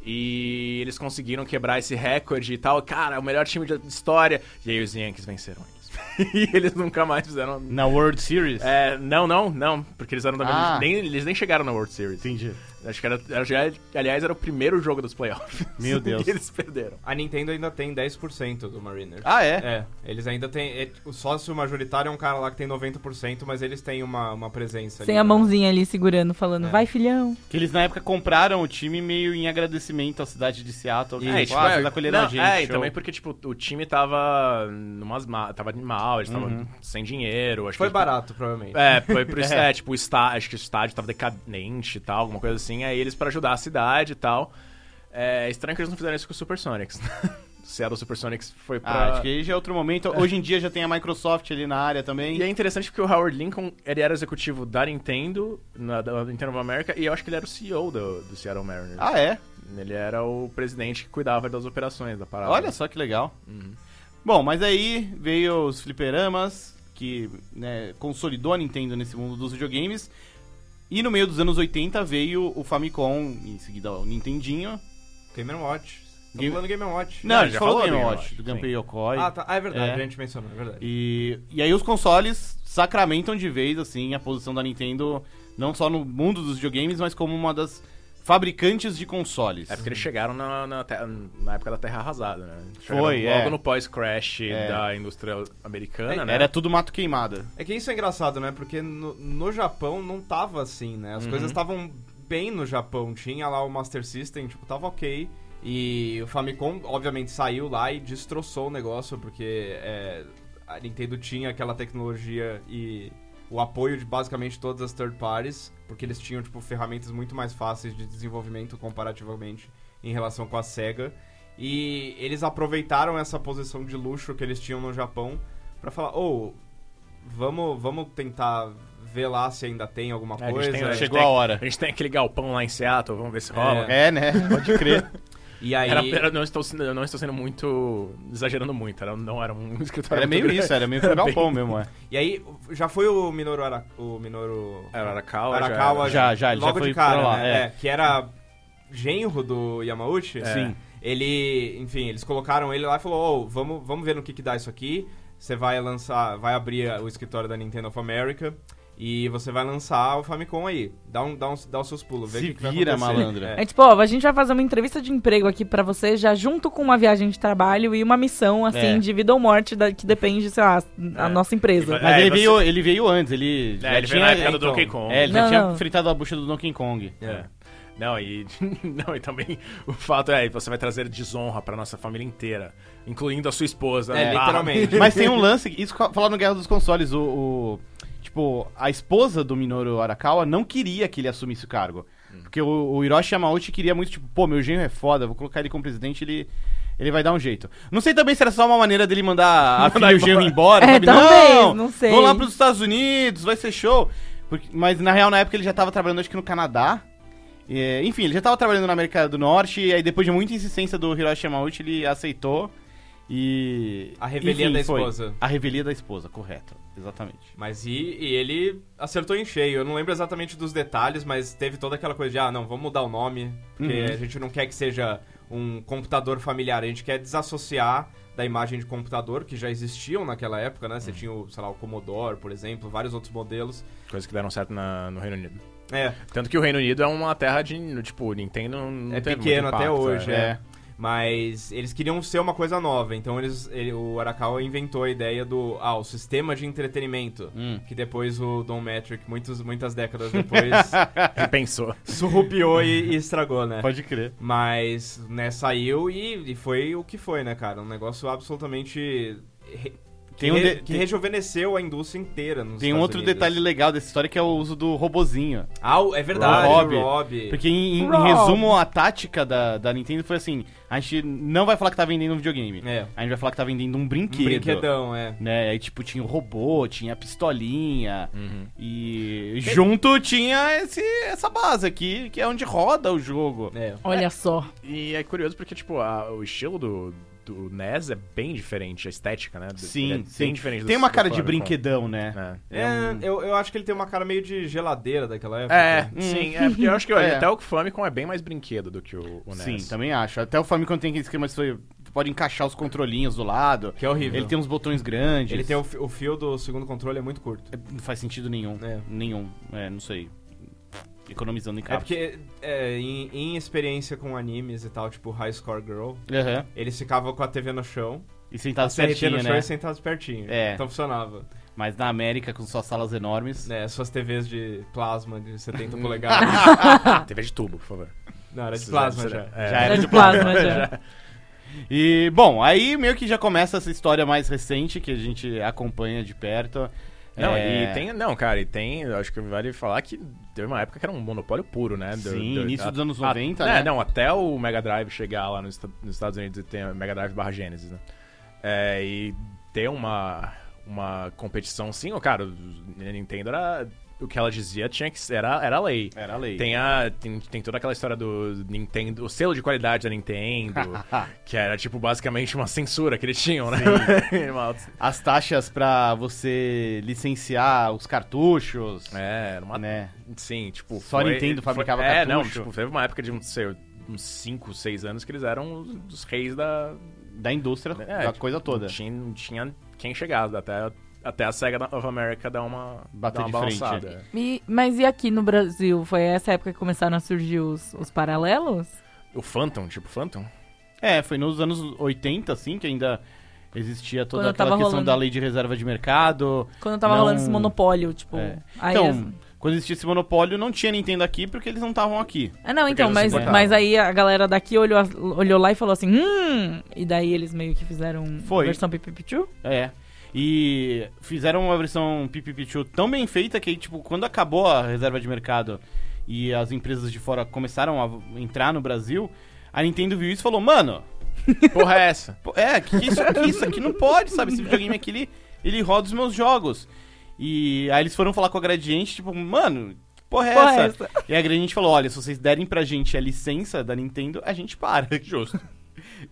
Speaker 3: E eles conseguiram quebrar esse recorde e tal. Cara, é o melhor time da história. E aí os Yankees venceram eles. [LAUGHS] e eles nunca mais fizeram.
Speaker 1: Na World Series.
Speaker 3: É, não, não, não. Porque eles eram da mesma-
Speaker 1: Ah.
Speaker 3: nem, Eles nem chegaram na World Series.
Speaker 1: Entendi.
Speaker 3: Acho que era, era já- aliás, era o primeiro jogo dos playoffs.
Speaker 1: Meu Deus.
Speaker 3: [LAUGHS] e eles perderam.
Speaker 2: A Nintendo ainda tem 10% do Mariners.
Speaker 1: Ah, é?
Speaker 2: É, eles ainda têm. é, o sócio majoritário é um cara lá que tem 90%, mas eles têm uma, uma presença ali,
Speaker 4: Sem a
Speaker 2: né?
Speaker 4: mãozinha ali segurando, falando,
Speaker 2: É.
Speaker 4: vai filhão.
Speaker 1: Que eles na época compraram o time meio em agradecimento à cidade de Seattle.
Speaker 2: E,
Speaker 1: tipo,
Speaker 2: tipo,
Speaker 1: ah, vocês acolheram
Speaker 3: não,
Speaker 1: a gente.
Speaker 3: é, e
Speaker 1: show.
Speaker 3: também porque, tipo, o time tava numas ma- tava mal, eles estavam
Speaker 1: Uhum.
Speaker 3: sem dinheiro. Acho
Speaker 2: Foi
Speaker 3: que eles-
Speaker 2: barato,
Speaker 1: [LAUGHS]
Speaker 2: provavelmente.
Speaker 3: É, foi pro estádio, é. tipo, o estádio, acho que o estádio tava decadente e tal, alguma coisa é assim. Aí eles, pra ajudar a cidade e tal. É estranho que eles não fizeram isso com [LAUGHS] o Super Sonics. Seattle SuperSonics foi pra...
Speaker 1: Ah, acho que aí já é outro momento. Hoje em dia já tem a Microsoft ali na área também.
Speaker 3: E é interessante porque o Howard Lincoln, ele era executivo da Nintendo, na, da Nintendo of America, e eu acho que ele era o CEO do, do Seattle Mariners.
Speaker 1: Ah, é?
Speaker 3: Ele era o presidente que cuidava das operações da parada. É
Speaker 1: Olha só que legal.
Speaker 3: Uhum.
Speaker 1: Bom, mas aí veio os fliperamas, que né, consolidou a Nintendo nesse mundo dos videogames. E no meio dos anos 80 veio o Famicom, em seguida o Nintendinho.
Speaker 2: Game Watch. Estamos
Speaker 1: Game-
Speaker 2: falando Game Watch.
Speaker 1: Não,
Speaker 3: Não,
Speaker 1: a gente
Speaker 3: já
Speaker 1: falou do
Speaker 3: falou
Speaker 1: Game
Speaker 3: do Game
Speaker 1: Watch,
Speaker 3: Watch,
Speaker 1: do Gunpei
Speaker 3: sim.
Speaker 1: Yokoi.
Speaker 2: Ah, tá. Ah, é verdade.
Speaker 1: É.
Speaker 2: A gente mencionou, é verdade.
Speaker 1: E, e aí os consoles sacramentam de vez, assim, a posição da Nintendo, não só no mundo dos videogames, mas como uma das fabricantes de consoles.
Speaker 3: É porque eles chegaram na, na, te- na época da Terra Arrasada, né? Chegaram
Speaker 1: Foi,
Speaker 3: Logo
Speaker 1: é.
Speaker 3: no pós-crash
Speaker 1: É.
Speaker 3: da indústria americana, né?
Speaker 1: Era tudo mato queimada.
Speaker 2: É que isso é engraçado, né? Porque no, no Japão não tava assim, né? As
Speaker 1: Uhum.
Speaker 2: coisas estavam bem no Japão. Tinha lá o Master System, tipo, tava ok. E o Famicom, obviamente, saiu lá e destroçou o negócio, porque é, a Nintendo tinha aquela tecnologia e o apoio de basicamente todas as third parties, porque eles tinham, tipo, ferramentas muito mais fáceis de desenvolvimento comparativamente em relação com a SEGA. E eles aproveitaram essa posição de luxo que eles tinham no Japão pra falar, ô, vamos, vamos tentar ver lá se ainda tem alguma
Speaker 3: É, a gente
Speaker 2: coisa.
Speaker 3: tem- a gente
Speaker 1: Chegou
Speaker 3: tem-
Speaker 1: a hora.
Speaker 3: A gente tem aquele galpão lá em Seattle, vamos ver se rola.
Speaker 1: É, né? Pode
Speaker 3: [LAUGHS]
Speaker 1: crer.
Speaker 2: E aí...
Speaker 3: Era, era- não, estou, sendo- não estou sendo muito. exagerando muito, era, não era um [LAUGHS]
Speaker 1: Era
Speaker 3: escritório. muito
Speaker 1: meio
Speaker 3: grande.
Speaker 1: isso, era meio
Speaker 3: [LAUGHS]
Speaker 1: que um galpão
Speaker 3: bem-
Speaker 1: mesmo, é.
Speaker 2: E aí, já foi o Minoru Ara... o Minoru
Speaker 3: Era É, Arakawa. já
Speaker 2: Arakawa
Speaker 3: era.
Speaker 1: já- já, ele já
Speaker 2: logo
Speaker 1: foi
Speaker 2: de cara,
Speaker 1: pra lá,
Speaker 2: né?
Speaker 1: é.
Speaker 2: É, que era genro do Yamauchi.
Speaker 1: Sim.
Speaker 2: Ele, enfim, eles colocaram ele lá e falou: "Ô, vamos, vamos ver no que que dá isso aqui. Você vai lançar, vai abrir o escritório da Nintendo of America e você vai lançar o Famicom aí. Dá um dá, um, dá os seus pulos, vê
Speaker 1: Se
Speaker 2: o que que vai
Speaker 1: vira,
Speaker 2: acontecer."
Speaker 1: malandro.
Speaker 2: É.
Speaker 4: É tipo, ó, a gente vai fazer uma entrevista de emprego aqui pra você, já junto com uma viagem de trabalho e uma missão, assim,
Speaker 1: É.
Speaker 4: de vida ou morte, da- que depende, sei lá, da
Speaker 3: É.
Speaker 4: nossa empresa.
Speaker 3: E vai-
Speaker 1: Mas
Speaker 3: É,
Speaker 1: ele,
Speaker 3: você-
Speaker 1: veio, ele veio antes, ele
Speaker 3: É,
Speaker 1: já
Speaker 3: ele veio
Speaker 1: tinha...
Speaker 3: na época do
Speaker 2: então.
Speaker 3: Donkey Kong.
Speaker 1: É, ele já
Speaker 4: Não,
Speaker 1: tinha
Speaker 4: não.
Speaker 1: fritado a bucha do Donkey Kong.
Speaker 3: É. Não, e. [LAUGHS] Não, e também o fato é, você vai trazer desonra pra nossa família inteira, incluindo a sua esposa.
Speaker 2: É,
Speaker 3: né?
Speaker 2: literalmente.
Speaker 1: [LAUGHS] Mas tem um lance, isso ca- falando Guerra dos Consoles, o, o- Tipo, a esposa do Minoru Arakawa não queria que ele assumisse o cargo.
Speaker 3: Hum.
Speaker 1: Porque o, o Hiroshi Yamauchi queria muito, tipo, pô, meu genro é foda, vou colocar ele como presidente, ele. Ele vai dar um jeito. Não sei também se era só uma maneira dele
Speaker 3: [LAUGHS]
Speaker 1: mandar a filha e o genro embora,
Speaker 4: É,
Speaker 1: sabe?
Speaker 4: talvez,
Speaker 1: não,
Speaker 4: não sei.
Speaker 1: Vão lá pros Estados Unidos, vai ser show. Porque- mas na real, na época ele já tava trabalhando, acho que no Canadá. É, enfim, ele já tava trabalhando na América do Norte, e aí depois de muita insistência do Hiroshi Yamauchi, ele aceitou. E.
Speaker 2: A revelia
Speaker 1: enfim,
Speaker 2: da
Speaker 1: foi.
Speaker 2: esposa.
Speaker 1: A revelia da esposa, correto. Exatamente.
Speaker 2: Mas e, e ele acertou em cheio. Eu não lembro exatamente dos detalhes, mas teve toda aquela coisa de, ah, não, vamos mudar o nome, porque
Speaker 1: Uhum.
Speaker 2: a gente não quer que seja um computador familiar, a gente quer desassociar da imagem de computador que já existiam naquela época,
Speaker 1: Uhum.
Speaker 2: né? Você tinha, o, sei lá, o Commodore, por exemplo, vários outros modelos.
Speaker 3: Coisas Ah, que deram certo na- no Reino Unido.
Speaker 2: É,
Speaker 3: Tanto que o Reino Unido é uma terra de. Tipo, Nintendo não
Speaker 2: É
Speaker 3: teve muito
Speaker 2: pequeno até
Speaker 3: impacto,
Speaker 2: hoje,
Speaker 3: é.
Speaker 2: é. Mas eles queriam ser uma coisa nova, então eles, ele- o Arakawa inventou a ideia do ah, o sistema de entretenimento,
Speaker 1: Hum.
Speaker 2: que depois o Don Metric, muitos, muitas décadas depois,
Speaker 1: [LAUGHS]
Speaker 3: Ele é. pensou.
Speaker 2: surrupiou e, e estragou, né?
Speaker 1: Pode crer.
Speaker 2: Mas, né, saiu e, e foi o que foi, né, cara? Um negócio absolutamente. re- que,
Speaker 1: Tem um
Speaker 2: re-
Speaker 1: de-
Speaker 2: que
Speaker 1: tem-
Speaker 2: rejuvenesceu a indústria inteira nos
Speaker 1: Tem um
Speaker 2: Estados
Speaker 1: outro
Speaker 2: Unidos.
Speaker 1: detalhe legal dessa história que é o uso do robozinho.
Speaker 2: Ah, o- é verdade,
Speaker 1: Rob.
Speaker 2: o Rob.
Speaker 1: Porque, em, em- em
Speaker 4: Rob.
Speaker 1: resumo, a tática da, da Nintendo foi assim: a gente não vai falar que tá vendendo um videogame.
Speaker 2: É.
Speaker 1: A gente vai falar que tá vendendo um brinquedo.
Speaker 2: Um brinquedão, é.
Speaker 1: Né? Aí, tipo, tinha o robô, tinha a pistolinha.
Speaker 2: Uhum.
Speaker 1: E junto tinha esse, essa base aqui, que é onde roda o jogo.
Speaker 2: É.
Speaker 4: Olha só.
Speaker 3: E é curioso porque, tipo, a- o estilo do, do NES é bem diferente, a estética, né? Do-
Speaker 1: Sim,
Speaker 3: é bem
Speaker 1: sim.
Speaker 3: diferente do-
Speaker 1: Tem uma
Speaker 3: do
Speaker 1: cara de
Speaker 3: Famicom.
Speaker 1: brinquedão, né?
Speaker 3: É.
Speaker 2: É, eu, eu acho que ele tem uma cara meio de geladeira daquela época.
Speaker 3: É,
Speaker 1: Hum.
Speaker 3: sim, é porque eu acho que olha,
Speaker 1: É.
Speaker 3: até o Famicom é bem mais brinquedo do que o, o NES.
Speaker 1: Sim, também acho. Até o Famicom tem aquele esquema que você pode encaixar os controlinhos do lado.
Speaker 2: Que é horrível.
Speaker 1: Ele tem uns botões grandes.
Speaker 2: Ele tem o, fi- o fio do segundo controle é muito curto.
Speaker 1: Não faz sentido nenhum.
Speaker 2: É.
Speaker 1: Nenhum. É, não sei. Economizando em
Speaker 2: É
Speaker 1: cabo.
Speaker 2: porque, é, em, em experiência com animes e tal, tipo High Score Girl,
Speaker 1: Aham.
Speaker 2: eles ficavam com a TV no chão,
Speaker 1: E sentado
Speaker 2: a CRT no é assim.
Speaker 1: certinho,
Speaker 2: chão
Speaker 1: né?
Speaker 2: e sentados pertinho.
Speaker 1: É.
Speaker 2: Então funcionava.
Speaker 1: Mas na América, com suas salas enormes.
Speaker 2: né, suas TVs de plasma de 70
Speaker 1: [LAUGHS]
Speaker 2: polegadas.
Speaker 3: [LAUGHS] TV de tubo, por favor.
Speaker 2: Não, era de plasma já.
Speaker 3: É.
Speaker 1: Já era.
Speaker 4: Era de plasma,
Speaker 1: É.
Speaker 4: já.
Speaker 1: E, bom, aí meio que já começa essa história mais recente que a gente acompanha de perto.
Speaker 3: Não,
Speaker 1: É.
Speaker 3: e tem. Não, cara, e tem. Acho que vale falar que teve uma época que era um monopólio puro, né? Do-
Speaker 1: Sim,
Speaker 3: do-
Speaker 1: início
Speaker 3: a-
Speaker 1: dos anos
Speaker 3: a-
Speaker 1: 90,
Speaker 3: é,
Speaker 1: né?
Speaker 3: não, até o Mega Drive chegar lá nos, Esta- nos Estados Unidos e ter a Mega Drive barra Genesis, né? É, e ter uma, uma competição, sim, ó, cara, a Nintendo era. O que ela dizia tinha que ser- era, era lei.
Speaker 1: Era a lei.
Speaker 3: Tem, a, tem, tem toda aquela história do Nintendo, o selo de qualidade
Speaker 1: [LAUGHS]
Speaker 3: da Nintendo, que era tipo basicamente uma censura que eles tinham, né? [LAUGHS] Uma-
Speaker 1: As taxas pra você licenciar os cartuchos,
Speaker 3: é, era uma
Speaker 1: né?
Speaker 3: Sim, tipo.
Speaker 1: Só Nintendo fabricava
Speaker 3: É,
Speaker 1: cartucho.
Speaker 3: não, tipo, teve uma época de, não sei, uns 5, 6 anos que eles eram os, os reis da.
Speaker 1: Da indústria,
Speaker 3: É,
Speaker 1: da
Speaker 3: tipo,
Speaker 1: coisa toda.
Speaker 3: Não tinha, não tinha quem chegasse, até, até a SEGA of America dar uma.
Speaker 1: Bater
Speaker 3: dar uma
Speaker 1: de frente.
Speaker 3: balançada.
Speaker 4: E- mas e aqui no Brasil? Foi essa época que começaram a surgir os, os paralelos?
Speaker 2: É.
Speaker 3: O Phantom, tipo,
Speaker 1: [LAUGHS]
Speaker 3: Phantom?
Speaker 1: É, foi nos anos 80, assim, que ainda existia toda
Speaker 4: Quando
Speaker 1: aquela
Speaker 4: tava
Speaker 1: questão
Speaker 4: rolando.
Speaker 1: da lei de reserva de mercado.
Speaker 4: Quando tava
Speaker 1: Não.
Speaker 4: rolando esse monopólio, tipo.
Speaker 1: É.
Speaker 4: Aí
Speaker 1: então,
Speaker 4: as-
Speaker 1: quando existia esse monopólio, não tinha Nintendo aqui porque eles não estavam aqui.
Speaker 4: Ah, não, então,
Speaker 3: eles
Speaker 4: mas,
Speaker 3: botaram.
Speaker 4: mas aí a galera daqui olhou, as- olhou lá e falou assim, hum! E daí eles meio que fizeram
Speaker 1: Foi.
Speaker 4: versão Pipipichu.
Speaker 1: É. E fizeram uma versão Pipipichu tão bem feita que, tipo, quando acabou a reserva de mercado e as empresas de fora começaram a entrar no Brasil, a Nintendo viu isso e falou, mano,
Speaker 3: Porra, é essa?
Speaker 1: Pô, É, que isso aqui, isso aqui não pode, sabe? Esse videogame aqui, ele, ele roda os meus jogos. E aí eles foram falar com a Gradiente, tipo, mano, que porra é
Speaker 4: Porra é
Speaker 1: essa? E a Gradiente falou, olha, se vocês derem pra gente a licença da Nintendo, a gente para.
Speaker 3: Justo.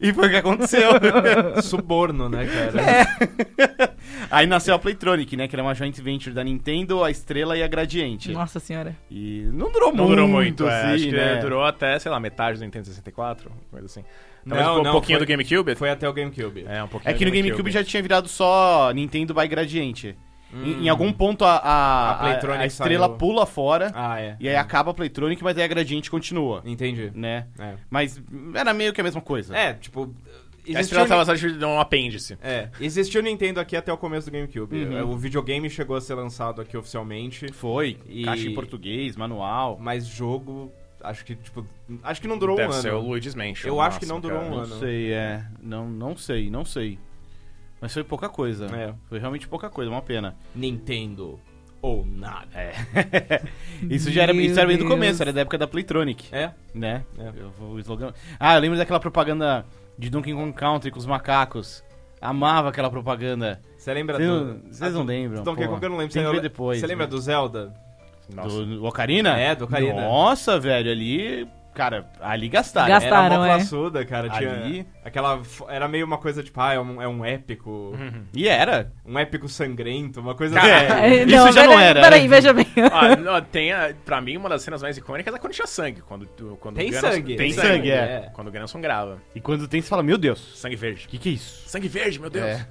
Speaker 1: E foi o que aconteceu. é.
Speaker 2: [LAUGHS] Suborno, né, cara?
Speaker 1: aí nasceu a Playtronic, né? Que era uma joint venture da Nintendo, a Estrela e a Gradiente.
Speaker 4: Nossa senhora.
Speaker 1: E não durou
Speaker 3: Não
Speaker 1: muito,
Speaker 3: durou muito, é, acho
Speaker 1: assim,
Speaker 3: que
Speaker 1: né?
Speaker 3: durou até, sei lá, metade do Nintendo 64, coisa assim.
Speaker 2: Não,
Speaker 3: Talvez um
Speaker 2: não,
Speaker 3: pouquinho
Speaker 2: foi-
Speaker 3: do GameCube?
Speaker 2: Foi até o GameCube.
Speaker 3: É, um pouquinho
Speaker 1: É que no
Speaker 3: do
Speaker 1: GameCube já tinha virado só Nintendo by Gradiente. Em,
Speaker 3: Hum.
Speaker 1: em algum ponto a, a,
Speaker 2: A Playtronic
Speaker 1: a- a Estrela
Speaker 2: saiu.
Speaker 1: pula fora.
Speaker 2: Ah, é.
Speaker 1: Hum. E aí acaba a Playtronic, mas aí a Gradiente continua,
Speaker 2: Entendi.
Speaker 1: né?
Speaker 2: É.
Speaker 1: Mas hum, era meio que a mesma coisa.
Speaker 2: É, tipo.
Speaker 3: A
Speaker 2: Existiu,
Speaker 3: estrela tava só de um apêndice.
Speaker 2: é, existiu o Nintendo aqui até o começo do GameCube.
Speaker 1: Uhum.
Speaker 2: O videogame chegou a ser lançado aqui oficialmente,
Speaker 1: Foi,
Speaker 2: E-
Speaker 1: caixa em português, manual.
Speaker 2: mas jogo. Acho que, tipo. Acho que não durou
Speaker 3: Deve
Speaker 2: um
Speaker 3: ser o
Speaker 2: ano.
Speaker 3: Luigi's Mansion.
Speaker 2: Eu acho que não durou
Speaker 3: cara.
Speaker 2: um
Speaker 1: Não
Speaker 2: ano.
Speaker 1: sei, é. Não, não sei, não sei. Mas foi pouca coisa.
Speaker 2: É.
Speaker 1: Foi realmente pouca coisa, uma pena.
Speaker 2: Nintendo ou nada. É.
Speaker 1: Isso já era, isso era bem do
Speaker 4: Deus.
Speaker 1: começo, era da época da Playtronic,
Speaker 2: É?
Speaker 1: né?
Speaker 2: É.
Speaker 1: Eu- o slogan... Ah, eu lembro daquela propaganda de Donkey Kong Country com os macacos. Amava aquela propaganda.
Speaker 2: Você lembra
Speaker 1: Vocês
Speaker 2: do. Ah,
Speaker 1: não, vocês não lembram?
Speaker 2: Donkey
Speaker 1: pô.
Speaker 2: Kong eu não lembro.
Speaker 1: Tem que
Speaker 2: Você
Speaker 1: ver depois.
Speaker 2: Você lembra
Speaker 1: né?
Speaker 2: do Zelda?
Speaker 3: Nossa.
Speaker 1: Do Ocarina?
Speaker 2: É, do Ocarina.
Speaker 1: Nossa, velho, ali. Cara, ali gastaram.
Speaker 4: Gastaram.
Speaker 2: era
Speaker 4: Gostaram,
Speaker 2: mó
Speaker 4: é.
Speaker 2: classuda, cara. Tinha
Speaker 1: Ali-
Speaker 2: aquela. fo- Era meio uma coisa tipo, ah, é um, é um épico.
Speaker 1: E era.
Speaker 2: Um épico sangrento, uma coisa
Speaker 1: Uhum. Cara,
Speaker 4: [LAUGHS]
Speaker 2: assim.
Speaker 1: É, isso já não era, né?
Speaker 4: Peraí, veja bem.
Speaker 3: Ah, não, tem a, pra mim, uma das cenas mais icônicas é quando tinha sangue. Quando, tu- quando
Speaker 2: Tem
Speaker 3: o
Speaker 2: sangue.
Speaker 1: Tem
Speaker 3: Tem sangue. né?
Speaker 1: sangue, é.
Speaker 3: Quando o Granson grava.
Speaker 1: E quando tem, você fala, meu Deus,
Speaker 3: Sangue
Speaker 1: o
Speaker 3: verde.
Speaker 1: que, que é isso?
Speaker 3: Sangue verde, meu Deus.
Speaker 1: É.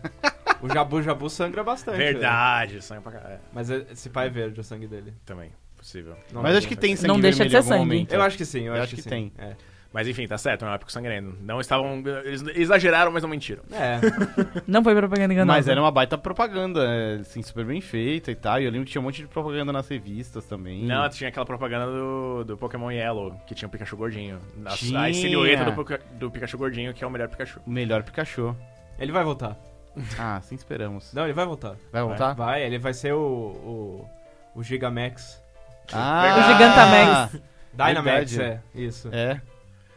Speaker 2: O Jabu Jabu sangra bastante. né?
Speaker 3: [LAUGHS] Verdade, sangue pra caralho. É,
Speaker 2: Mas é- esse pai é verde o sangue dele.
Speaker 3: também, possível.
Speaker 2: Não
Speaker 1: Mas
Speaker 2: lembro.
Speaker 1: acho que tem sangue
Speaker 4: Não deixa
Speaker 1: vermelho
Speaker 4: de ser
Speaker 1: em algum
Speaker 4: sangue.
Speaker 1: momento.
Speaker 2: Eu acho que sim, eu, acho, que, sim.
Speaker 1: tem.
Speaker 2: É.
Speaker 3: Mas enfim, tá certo, é um épico sangrento. Não estavam. Eles exageraram, mas não mentiram.
Speaker 2: É.
Speaker 4: Não foi propaganda enganosa.
Speaker 1: Mas era uma baita propaganda, é, assim, super bem feita e tal. E eu lembro que tinha um monte de propaganda nas revistas também.
Speaker 3: Não, tinha aquela propaganda do, do Pokémon Yellow, que tinha o Pikachu gordinho. A,
Speaker 1: Tinha.
Speaker 3: a silhueta do, Poca- do Pikachu gordinho, que é o
Speaker 1: [LAUGHS]
Speaker 3: melhor Pikachu.
Speaker 1: O melhor Pikachu.
Speaker 2: Ele vai voltar.
Speaker 1: Ah, sim, esperamos.
Speaker 2: Não, ele vai voltar.
Speaker 1: Vai voltar?
Speaker 2: Vai, ele vai ser o. o, o Gigamax.
Speaker 1: Ah,
Speaker 4: O Gigantamax.
Speaker 2: Dynamax,
Speaker 1: Verdade.
Speaker 2: é. Isso.
Speaker 1: É.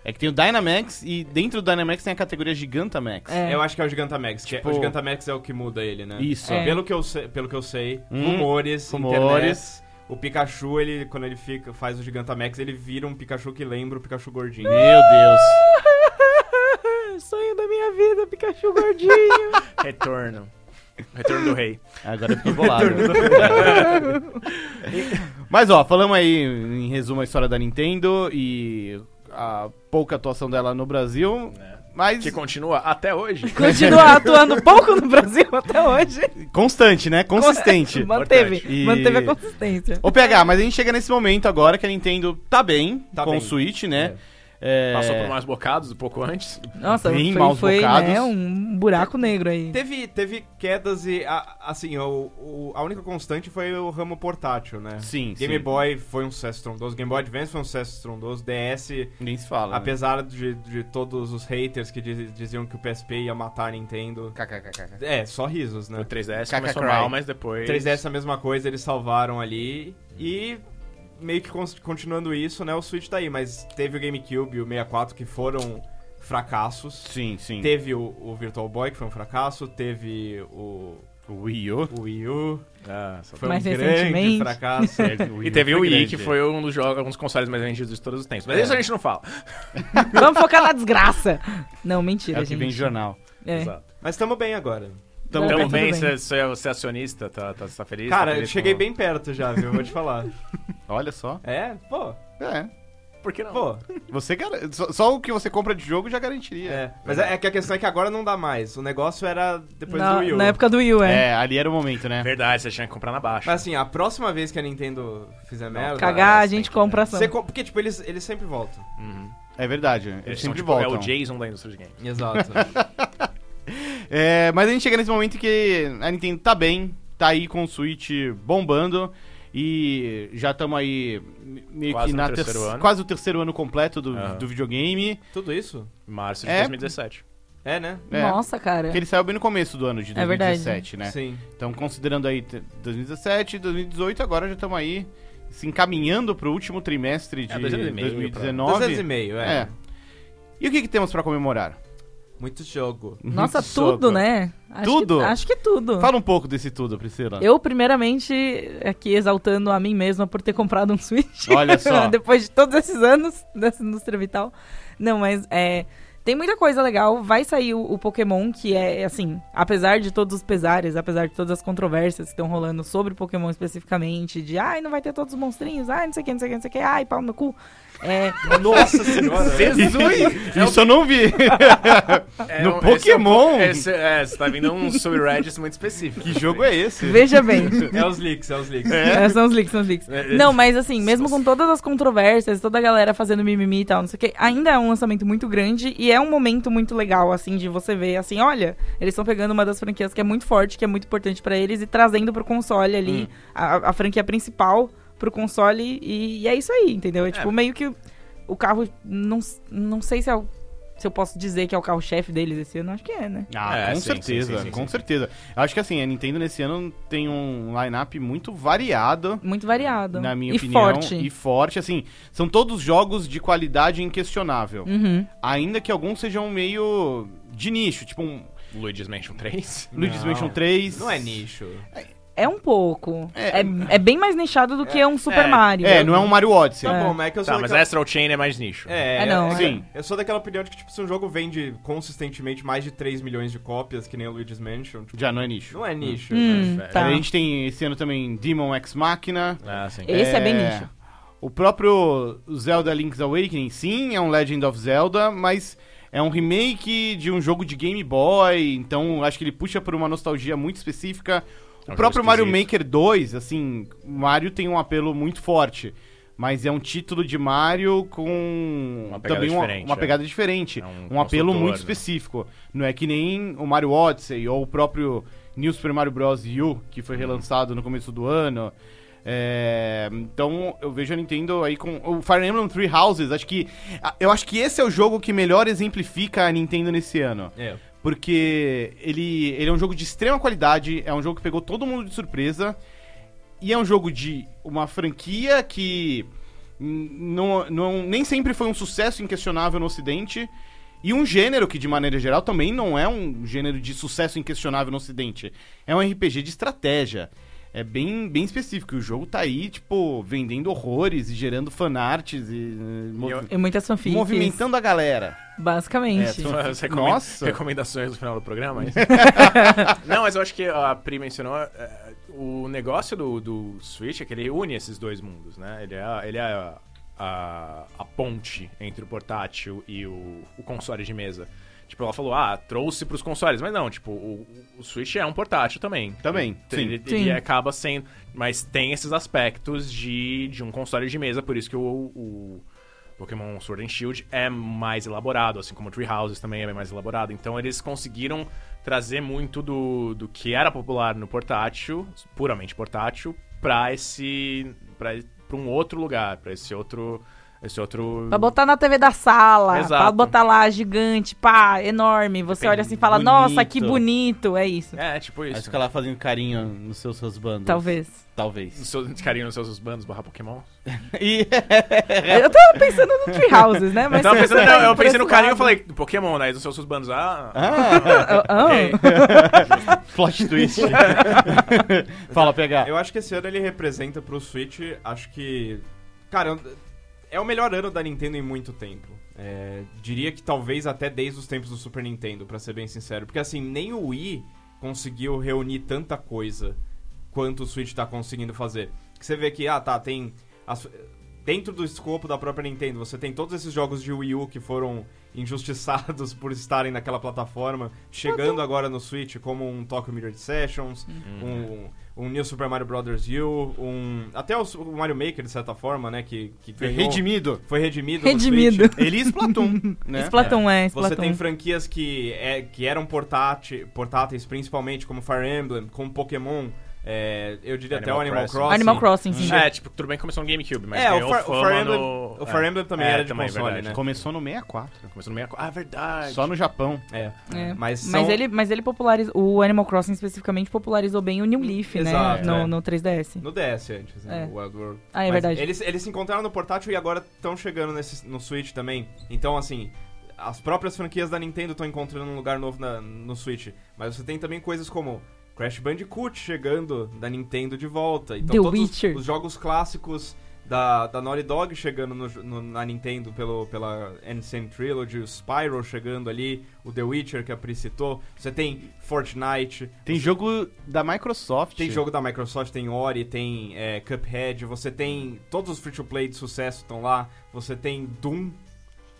Speaker 1: É que tem o Dynamax e dentro do Dynamax tem a categoria Gigantamax.
Speaker 4: É.
Speaker 2: Eu acho que é o Gigantamax. que é-
Speaker 1: Tipo-
Speaker 2: o Gigantamax é o que muda ele, né?
Speaker 1: Isso.
Speaker 4: É.
Speaker 2: Pelo que eu sei, pelo que eu sei
Speaker 1: Hum,
Speaker 2: rumores,
Speaker 1: rumores.
Speaker 2: rumores. o Pikachu, ele quando ele fica, faz o Gigantamax, ele vira um Pikachu que lembra o Pikachu gordinho.
Speaker 1: Meu Deus.
Speaker 4: [LAUGHS] Sonho da minha vida, Pikachu
Speaker 1: [LAUGHS]
Speaker 4: gordinho.
Speaker 3: Retorno. Retorno do rei.
Speaker 1: Agora eu fiquei [LAUGHS] bolado. Mas ó, falamos aí em resumo a história da Nintendo e a pouca atuação dela no Brasil,
Speaker 3: né?
Speaker 1: mas
Speaker 3: Que continua
Speaker 1: [LAUGHS]
Speaker 3: até hoje.
Speaker 4: Continua atuando pouco no Brasil até hoje.
Speaker 1: constante, né? Consistente.
Speaker 4: [LAUGHS] manteve.
Speaker 1: Importante. E-
Speaker 4: Manteve a consistência.
Speaker 1: Ô PH, mas a gente chega nesse momento agora que a Nintendo tá bem
Speaker 2: Tá
Speaker 1: com
Speaker 2: bem.
Speaker 1: o Switch, né? É,
Speaker 3: Passou por mais bocados um pouco antes.
Speaker 4: Nossa,
Speaker 1: Bem
Speaker 4: foi,
Speaker 1: maus
Speaker 4: foi
Speaker 1: bocados.
Speaker 4: né, um buraco negro aí.
Speaker 2: Teve, teve quedas e, a- assim, o- o- a única constante foi o ramo portátil, né?
Speaker 1: Sim,
Speaker 2: Game
Speaker 1: sim.
Speaker 2: Boy foi um sucesso estrondoso, Game Boy Advance foi um sucesso estrondoso, DS,
Speaker 1: Nem se fala. né?
Speaker 2: apesar de, de todos os haters que diz- diziam que o PSP ia matar a Nintendo.
Speaker 1: KKKK.
Speaker 2: É, só risos, né?
Speaker 3: O 3DS
Speaker 1: Caca
Speaker 3: começou
Speaker 1: Cry.
Speaker 3: mal, mas depois...
Speaker 2: 3DS é a mesma coisa, eles salvaram ali e meio que cons- continuando isso, né, o Switch tá aí, mas teve o GameCube e o 64 que foram fracassos.
Speaker 1: Sim, sim.
Speaker 2: Teve o, o Virtual Boy que foi um fracasso, teve o,
Speaker 1: O Wii U.
Speaker 2: o Wii U,
Speaker 3: Ah, só-
Speaker 2: que foi
Speaker 4: Mais
Speaker 2: um grande
Speaker 4: recentemente.
Speaker 2: fracasso.
Speaker 3: E [LAUGHS] teve o Wii,
Speaker 1: grande.
Speaker 3: que foi um dos jogos, um dos consoles mais vendidos de todos os tempos. Mas
Speaker 2: É.
Speaker 3: isso a gente não fala.
Speaker 4: [LAUGHS] Vamos focar na desgraça. Não, mentira,
Speaker 1: É o que
Speaker 4: gente.
Speaker 1: vem de jornal.
Speaker 4: É.
Speaker 3: Exato.
Speaker 2: mas estamos bem agora.
Speaker 4: Tamo
Speaker 3: Então,
Speaker 4: tudo
Speaker 3: bem,
Speaker 4: bem.
Speaker 3: você você é você é acionista, tá, tá, tá feliz? tá
Speaker 2: Cara, eu
Speaker 3: feliz
Speaker 2: cheguei
Speaker 3: com-
Speaker 2: bem perto já, viu? Vou te
Speaker 3: [LAUGHS]
Speaker 2: falar.
Speaker 1: Olha só.
Speaker 2: É, pô,
Speaker 1: É.
Speaker 3: Por que não?
Speaker 2: pô.
Speaker 1: Você gar... só, só o que você compra de jogo já garantiria.
Speaker 2: É. Mas é que a questão é que agora não dá mais. O negócio era depois
Speaker 4: na,
Speaker 2: do Wii U.
Speaker 4: na época do Wii U, é.
Speaker 1: É, ali era o momento, né?
Speaker 3: Verdade, você tinha que comprar na baixa.
Speaker 2: Mas assim, a próxima vez que a Nintendo fizer
Speaker 1: É.
Speaker 2: merda.
Speaker 4: Cagar, a gente compra ação.
Speaker 2: Você co- porque, tipo, eles, eles sempre voltam.
Speaker 3: Uhum.
Speaker 1: É verdade. Eles,
Speaker 3: Eles são,
Speaker 1: sempre
Speaker 3: tipo,
Speaker 1: voltam.
Speaker 3: É o Jason da indústria de games.
Speaker 2: Exato.
Speaker 1: É, mas a gente chega nesse momento que a Nintendo tá bem, tá aí com o Switch bombando e já estamos aí meio
Speaker 3: Quase
Speaker 1: que
Speaker 3: no
Speaker 1: na
Speaker 3: terceiro
Speaker 1: terce-
Speaker 3: ano.
Speaker 1: quase o terceiro ano completo do,
Speaker 3: Aham.
Speaker 1: do videogame.
Speaker 2: [LAUGHS] Tudo isso?
Speaker 3: Março de
Speaker 1: É.
Speaker 3: 2017.
Speaker 2: É, né?
Speaker 1: É,
Speaker 4: Nossa, cara.
Speaker 1: Porque ele saiu bem no começo do ano de
Speaker 4: É verdade.
Speaker 1: 2017, né?
Speaker 2: Sim.
Speaker 1: Então, considerando aí t- 2017, 2018, agora já estamos aí se encaminhando pro último trimestre de
Speaker 3: É, dois anos e meio,
Speaker 1: 2019.
Speaker 2: Dois anos e meio, é.
Speaker 1: É. E o que, que temos pra comemorar?
Speaker 2: Muito jogo.
Speaker 4: Nossa,
Speaker 1: Muito
Speaker 4: tudo,
Speaker 1: soco.
Speaker 4: né? Acho
Speaker 1: Tudo?
Speaker 4: Que, acho que tudo.
Speaker 1: Fala um pouco desse tudo, Priscila.
Speaker 4: Eu, primeiramente, aqui exaltando a mim mesma por ter comprado um Switch.
Speaker 1: Olha
Speaker 4: [LAUGHS]
Speaker 1: só.
Speaker 4: Depois de todos esses anos dessa indústria vital. Não, mas é. Tem muita coisa legal. Vai sair o, o Pokémon, que é, assim, apesar de todos os pesares, apesar de todas as controvérsias que estão rolando sobre o Pokémon especificamente, de ai, não vai ter todos os monstrinhos, ai, não sei o que, não sei o que, não sei o que, ai, pau no cu. É,
Speaker 2: [LAUGHS] Nossa senhora!
Speaker 1: Jesus! Isso eu não vi!
Speaker 3: [LAUGHS]
Speaker 1: [LAUGHS]
Speaker 3: É
Speaker 1: No
Speaker 3: um-
Speaker 1: Pokémon?
Speaker 3: Esse é, um- esse- é, você tá vindo um subreddit
Speaker 1: [LAUGHS]
Speaker 3: muito específico.
Speaker 1: que jogo é esse?
Speaker 4: veja bem.
Speaker 2: [LAUGHS] é os leaks, é os leaks.
Speaker 4: É, são os leaks, são os leaks.
Speaker 3: É, é.
Speaker 4: Não, mas assim, mesmo com todas as controvérsias, toda a galera fazendo mimimi e tal, não sei o que, ainda é um lançamento muito grande e é um momento muito legal, assim, de você ver, assim, olha, eles estão pegando uma das franquias que é muito forte, que é muito importante pra eles e trazendo pro console ali a, a franquia principal pro console e, e é isso aí, entendeu? É, tipo meio que o carro, não, não sei se é o- se eu posso dizer que é o carro-chefe deles esse ano, acho que é, né?
Speaker 1: Ah,
Speaker 3: É,
Speaker 1: com
Speaker 3: sim,
Speaker 1: certeza,
Speaker 3: sim, sim, sim,
Speaker 1: com
Speaker 3: sim.
Speaker 1: certeza. Acho que assim, a Nintendo nesse ano tem um line-up muito variado,
Speaker 4: Muito variado.
Speaker 1: na minha
Speaker 4: e
Speaker 1: opinião.
Speaker 4: forte.
Speaker 1: E forte, assim. São todos jogos de qualidade inquestionável.
Speaker 4: Uhum.
Speaker 1: Ainda que alguns sejam meio de nicho, tipo um
Speaker 3: Luigi's Mansion 3.
Speaker 1: Luigi's
Speaker 2: Não.
Speaker 1: Mansion 3.
Speaker 2: Não é nicho.
Speaker 4: É um pouco.
Speaker 1: É.
Speaker 4: É, é bem mais nichado do que um
Speaker 3: é.
Speaker 4: Super Mario.
Speaker 1: É, não é um Mario Odyssey.
Speaker 2: Tá
Speaker 4: É.
Speaker 2: bom, mas é que eu sou
Speaker 3: Tá, mas
Speaker 2: daquela...
Speaker 3: Astral Chain é mais nicho.
Speaker 2: É,
Speaker 4: É, não,
Speaker 2: é-
Speaker 1: Sim.
Speaker 2: Eu sou daquela opinião de que, tipo, se um jogo vende consistentemente mais de 3 milhões de cópias, que nem o Luigi's Mansion, tipo,
Speaker 1: Já não é nicho.
Speaker 2: não é nicho.
Speaker 4: Hum,
Speaker 3: velho.
Speaker 4: tá.
Speaker 1: A gente tem esse ano também Demon X Machina.
Speaker 3: é. Ah, sim.
Speaker 4: Esse é bem nicho.
Speaker 1: O próprio Zelda Link's Awakening, sim, é um Legend of Zelda, mas é um remake de um jogo de Game Boy, então acho que ele puxa por uma nostalgia muito específica.
Speaker 3: É um
Speaker 1: O próprio
Speaker 3: jogo
Speaker 1: Mario
Speaker 3: esquisito.
Speaker 1: Maker 2, assim, Mario tem um apelo muito forte, mas é um título de Mario com
Speaker 3: Uma pegada
Speaker 1: também uma,
Speaker 3: diferente,
Speaker 1: uma
Speaker 3: é.
Speaker 1: pegada diferente,
Speaker 3: É um
Speaker 1: um, apelo
Speaker 3: construtor,
Speaker 1: muito
Speaker 3: né?
Speaker 1: específico. Não é que nem o Mario Odyssey ou o próprio New Super Mario Bros. U, que
Speaker 3: Uhum.
Speaker 1: foi relançado no começo do ano. É, então eu vejo a Nintendo aí com o Fire Emblem Three Houses. Acho que a- eu acho que esse é o jogo que melhor exemplifica a Nintendo nesse ano,
Speaker 2: É.
Speaker 1: porque ele ele é um jogo de extrema qualidade, é um jogo que pegou todo mundo de surpresa e é um jogo de uma franquia que n- não, não nem sempre foi um sucesso inquestionável no Ocidente. E um gênero que, de maneira geral, também não é um gênero de sucesso inquestionável no Ocidente. É um RPG de estratégia. É bem, bem específico. E o jogo tá aí, tipo, vendendo horrores e gerando fanarts e. eh, mov-
Speaker 3: eu-
Speaker 4: E muitas fanfics.
Speaker 1: movimentando a galera. É,
Speaker 4: Basicamente.
Speaker 1: são-
Speaker 3: Você recomenda-
Speaker 1: Nossa!
Speaker 3: Recomendações no final do
Speaker 1: [LAUGHS]
Speaker 3: programa? é isso? não, mas eu acho que a Pri mencionou. é, o negócio do, do Switch é que ele une esses dois mundos, né? Ele é, a- ele é a, a, a ponte entre o portátil e o, o console de mesa. Tipo, ela falou, ah, trouxe pros consoles. Mas não, tipo, o, o Switch é um portátil também.
Speaker 1: Também, sim.
Speaker 3: Ele, ele
Speaker 4: Sim.
Speaker 3: acaba sendo... Mas tem esses aspectos de, de um console de mesa, por isso que o, o, Pokémon Sword and Shield é mais elaborado, assim como Tree Houses também é bem mais elaborado. Então eles conseguiram trazer muito do, do que era popular no portátil, puramente portátil, pra esse. pra, pra um outro lugar, pra esse outro. Esse outro.
Speaker 4: Pra botar na TV da sala,
Speaker 3: Exato.
Speaker 4: pra botar lá gigante, pá, enorme. Você
Speaker 1: Bem
Speaker 4: olha assim e fala,
Speaker 1: bonito.
Speaker 4: nossa, que bonito. É isso.
Speaker 3: É, tipo
Speaker 1: Aí
Speaker 3: isso.
Speaker 1: fica lá fazendo carinho nos seus husbandos.
Speaker 4: Talvez.
Speaker 1: Talvez.
Speaker 3: Os seus carinhos nos seus bandos barra Pokémon.
Speaker 1: E
Speaker 4: Eu tava pensando no Tree Houses, né? Mas
Speaker 3: eu, tava
Speaker 4: se você
Speaker 3: pensando,
Speaker 4: tá
Speaker 3: eu,
Speaker 4: indo
Speaker 3: eu
Speaker 4: pra
Speaker 3: pensei no
Speaker 4: esse
Speaker 3: carinho e
Speaker 4: lado-
Speaker 3: falei, Pokémon, né? Nos seus bandos. Ah,
Speaker 4: Ah, ah,
Speaker 3: ok.
Speaker 1: [LAUGHS] plot twist. [LAUGHS] Fala, PH.
Speaker 2: Eu acho que esse ano ele representa pro Switch, acho que. Cara, é o melhor ano da Nintendo em muito tempo. É, diria que talvez até desde os tempos do Super Nintendo, pra ser bem sincero. Porque assim, nem o Wii conseguiu reunir tanta coisa quanto o Switch tá conseguindo fazer. Que você vê que, ah tá, tem. as- dentro do escopo da própria Nintendo, você tem todos esses jogos de Wii U que foram injustiçados por estarem naquela plataforma, chegando agora no Switch, como um Tokyo Mirror Sessions,
Speaker 1: Uhum.
Speaker 2: um, um New Super Mario Bros. U, um até o, Su- o Mario Maker de certa forma, né, que, que
Speaker 1: Foi
Speaker 2: ganhou-
Speaker 1: redimido.
Speaker 2: foi redimido, no
Speaker 4: Redimido.
Speaker 2: Switch.
Speaker 1: Ele e [LAUGHS] Splatoon, né?
Speaker 4: Splatoon, é,
Speaker 2: Você
Speaker 4: Splatoon.
Speaker 2: tem franquias que, é, que eram portátil, portáteis, principalmente como Fire Emblem, como Pokémon, é, eu diria até
Speaker 3: Animal
Speaker 2: o Animal
Speaker 3: Crossing.
Speaker 2: Crossing.
Speaker 4: Animal Crossing, sim.
Speaker 3: É, tipo, tudo bem que começou no GameCube, mas
Speaker 2: É, o
Speaker 3: ganhou
Speaker 2: Fire- o
Speaker 3: fama
Speaker 2: Fire Emblem-
Speaker 3: no... é.
Speaker 2: o Fire Emblem também era de console, né?
Speaker 1: É. Começou no 64.
Speaker 3: Começou no 64. Ah, verdade.
Speaker 1: Só no Japão.
Speaker 2: É.
Speaker 4: É.
Speaker 2: Mas,
Speaker 4: Mas
Speaker 2: são-
Speaker 4: ele, mas ele popularizou. O Animal Crossing especificamente popularizou bem o New Leaf,
Speaker 2: Exato,
Speaker 4: né? No,
Speaker 2: é.
Speaker 4: no 3DS.
Speaker 2: No DS antes, né?
Speaker 4: É.
Speaker 2: O Wild World.
Speaker 4: Ah, é
Speaker 2: Mas
Speaker 4: verdade.
Speaker 2: Eles, eles se encontraram no portátil e agora estão chegando nesse, no Switch também. Então, assim, as próprias franquias da Nintendo estão encontrando um lugar novo na- no Switch. Mas você tem também coisas como Crash Bandicoot chegando da Nintendo de volta. Então,
Speaker 4: The
Speaker 2: todos os-
Speaker 4: Witcher.
Speaker 2: Os, jogos clássicos da, da Naughty Dog chegando no- no- na Nintendo pelo, pela Ancient Trilogy, o Spyro chegando ali, o The Witcher que a Pri citou. Você tem Fortnite,
Speaker 1: Tem jogo da Microsoft.
Speaker 2: tem jogo da Microsoft, tem Ori, tem é, Cuphead, você tem. Todos os free-to-play de sucesso estão lá. Você tem Doom.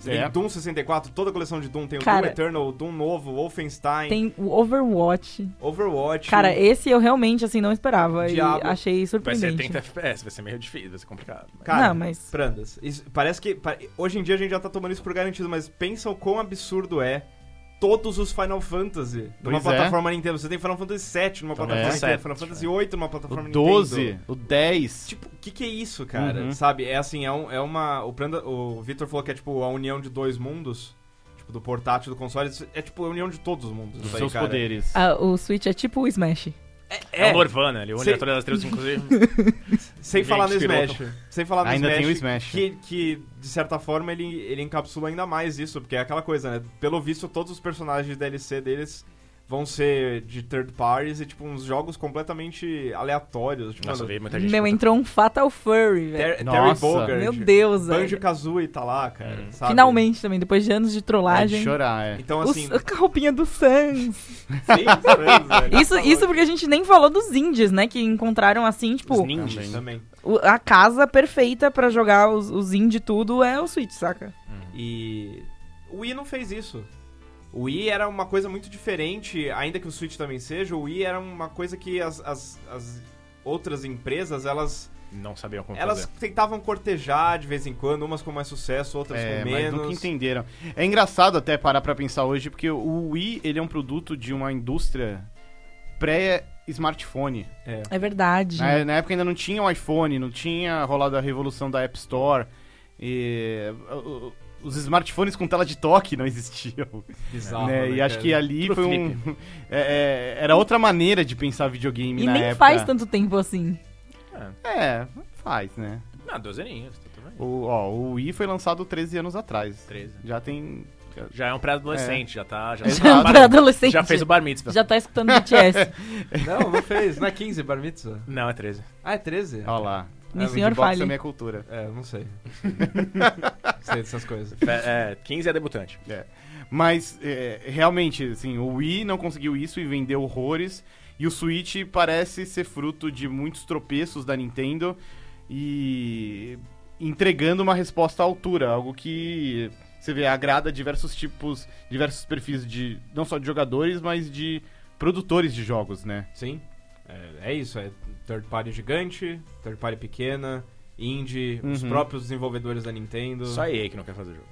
Speaker 2: Você
Speaker 1: É.
Speaker 2: tem Doom 64, toda a coleção de Doom. Tem o
Speaker 4: Cara.
Speaker 2: Doom Eternal, o Doom novo, Wolfenstein,
Speaker 4: Tem o Overwatch.
Speaker 2: Overwatch.
Speaker 4: Cara, esse eu realmente, assim, não esperava.
Speaker 2: Diabo.
Speaker 4: E achei
Speaker 3: Vai ser 30
Speaker 4: surpreendente.
Speaker 3: FPS, é, vai ser meio difícil, vai ser complicado. Mas-
Speaker 2: Cara,
Speaker 4: Não, mas-
Speaker 2: Prandas. isso- parece que. pa- Hoje em dia a gente já tá tomando isso por garantido, mas pensa o quão absurdo é todos os Final Fantasy numa
Speaker 1: Pois é.
Speaker 2: plataforma Nintendo. Você tem Final Fantasy VII numa
Speaker 1: Então,
Speaker 2: plataforma
Speaker 1: é.
Speaker 2: Nintendo,
Speaker 3: Sete,
Speaker 2: Final Fantasy VIII numa
Speaker 1: O
Speaker 2: plataforma Nintendo.
Speaker 1: 12, o 10.
Speaker 2: Tipo, o que, que é isso, cara?
Speaker 1: Uhum.
Speaker 2: Sabe? É assim, é, um- é uma. O, Pranda- o Victor falou que é tipo a união de dois mundos. Tipo, do portátil, do console. Isso É tipo a união de todos os mundos.
Speaker 1: Dos
Speaker 2: isso aí,
Speaker 1: seus
Speaker 2: cara.
Speaker 1: poderes. um
Speaker 4: Ah, o Switch é tipo o Smash.
Speaker 3: É, o Lorvana, ele une
Speaker 2: Sei-
Speaker 3: a todas as
Speaker 2: [LAUGHS]
Speaker 3: tribos, inclusive.
Speaker 2: Sem
Speaker 3: Gente,
Speaker 2: falar no
Speaker 3: piloto.
Speaker 2: Smash. Sem falar no
Speaker 1: Ainda
Speaker 2: Smash.
Speaker 1: tem o Smash.
Speaker 2: Que, que, de certa forma, ele, ele encapsula ainda mais isso, porque é aquela coisa, né? Pelo visto, todos os personagens de DLC deles vão ser de third parties e, tipo, uns jogos completamente aleatórios. Tipo,
Speaker 3: Nossa, eu
Speaker 2: mano,
Speaker 3: vi muita gente.
Speaker 4: Meu,
Speaker 3: puta.
Speaker 4: entrou um Fatal Furry, velho.
Speaker 2: Ter Terry
Speaker 1: Nossa.
Speaker 2: Bogard.
Speaker 4: Meu Deus,
Speaker 2: Banjo
Speaker 4: velho.
Speaker 2: Kazooie tá lá, cara.
Speaker 3: Hum.
Speaker 2: sabe?
Speaker 4: Finalmente também, depois de anos de
Speaker 1: É de
Speaker 4: trollagem.
Speaker 1: chorar, é.
Speaker 2: Então,
Speaker 4: Os-
Speaker 2: assim. tá
Speaker 4: a roupinha do
Speaker 2: [LAUGHS]
Speaker 4: Sans.
Speaker 2: Sim, sim,
Speaker 1: tá
Speaker 2: velho.
Speaker 4: Isso, isso porque a gente nem falou dos indies, né? Que encontraram, assim,
Speaker 3: Os
Speaker 4: tipo,
Speaker 3: ninjas.
Speaker 2: também.
Speaker 4: o- a casa perfeita pra jogar os, os indie tudo é o Switch, saca?
Speaker 2: E o Wii não fez isso. O Wii era uma coisa muito diferente, ainda que o Switch também seja, o Wii era uma coisa que as, as, as outras empresas, elas,
Speaker 3: Não sabiam como
Speaker 2: elas
Speaker 3: fazer.
Speaker 2: tentavam cortejar de vez em quando, umas com mais sucesso, outras
Speaker 1: É,
Speaker 2: com
Speaker 1: mas nunca
Speaker 2: menos.
Speaker 1: entenderam. É engraçado até parar pra pensar hoje, porque o Wii, ele é um produto de uma indústria pré-smartphone.
Speaker 2: É.
Speaker 4: É verdade.
Speaker 1: Na, na época ainda não tinha o iPhone, não tinha rolado a revolução da App Store. E, uh, uh, os smartphones com tela de toque não
Speaker 4: [LAUGHS]
Speaker 1: existiam.
Speaker 4: Ah,
Speaker 2: Bizarro,
Speaker 1: né?
Speaker 2: né,
Speaker 1: E acho
Speaker 2: cara?
Speaker 1: que ali
Speaker 3: Pro
Speaker 1: foi um. [LAUGHS] É, é, era outra maneira de pensar videogame
Speaker 4: E
Speaker 1: na
Speaker 4: nem
Speaker 1: época.
Speaker 4: faz tanto tempo assim.
Speaker 1: É, faz, né?
Speaker 3: Não, dozeninhas, tá tudo bem.
Speaker 1: O, ó, o Wii foi lançado 13 anos atrás.
Speaker 3: 13.
Speaker 1: Já tem.
Speaker 3: Já é um pré-adolescente, já tá. Já,
Speaker 1: Exato.
Speaker 3: tá
Speaker 4: Já
Speaker 3: bar-
Speaker 4: [LAUGHS] pra adolescente.
Speaker 3: já fez o bar mitzvah.
Speaker 4: Já tá escutando BTS.
Speaker 2: Não, não fez. Não é 15, Bar Mitzvah?
Speaker 3: Não, é 13.
Speaker 2: Ah, é 13?
Speaker 1: Olha lá.
Speaker 4: Me
Speaker 1: Ah,
Speaker 4: senhor
Speaker 1: o Xbox
Speaker 4: fale.
Speaker 1: é minha cultura.
Speaker 2: É,
Speaker 1: [LAUGHS]
Speaker 2: não sei. sei dessas coisas.
Speaker 3: Fe- É, 15 é debutante.
Speaker 1: Mas, é, realmente, assim, o Wii não conseguiu isso e vendeu horrores. E o Switch parece ser fruto de muitos tropeços da Nintendo e entregando uma resposta à altura, algo que você vê agrada diversos tipos, diversos perfis de não só de jogadores, mas de produtores de
Speaker 2: [LAUGHS]
Speaker 1: jogos, né?
Speaker 2: Sim. É, é isso, é third party gigante, third party pequena, indie, os
Speaker 1: Uhum.
Speaker 2: próprios desenvolvedores da Nintendo.
Speaker 3: Só a EA que não
Speaker 2: [LAUGHS]
Speaker 3: quer fazer jogo.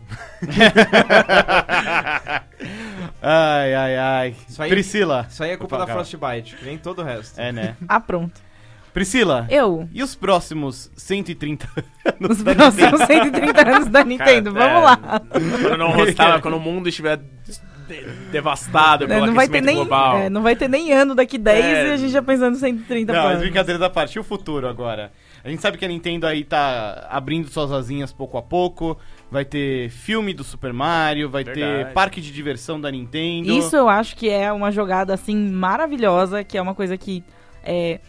Speaker 1: ai, ai, ai.
Speaker 2: Isso aí-
Speaker 1: Priscila.
Speaker 2: Isso aí é culpa
Speaker 1: Opa,
Speaker 2: da
Speaker 1: calma.
Speaker 2: Frostbite, que nem todo o resto.
Speaker 1: É, né?
Speaker 4: Ah, pronto.
Speaker 2: É.
Speaker 1: Priscila.
Speaker 4: Eu,
Speaker 1: E os próximos 130 [LAUGHS] anos
Speaker 4: nos
Speaker 1: da
Speaker 4: próximos 130 anos da Nintendo,
Speaker 3: Cara,
Speaker 4: vamos lá.
Speaker 3: é, Quando, não rostar, quando o mundo estiver de- devastado pelo
Speaker 4: É, Não vai, ter
Speaker 3: aquecimento
Speaker 4: nem,
Speaker 3: global.
Speaker 4: é, não vai ter nem ano daqui 10
Speaker 3: É.
Speaker 4: e a gente já pensando em 130
Speaker 1: Não, mas
Speaker 4: planos.
Speaker 1: brincadeiras à parte, e o futuro agora? A gente sabe que a Nintendo aí tá abrindo suas asinhas pouco a pouco. Vai ter filme do Super Mario, vai ter
Speaker 3: Verdade.
Speaker 1: parque de diversão da Nintendo.
Speaker 4: Isso eu acho que é uma jogada, assim, maravilhosa, que é uma coisa que, é,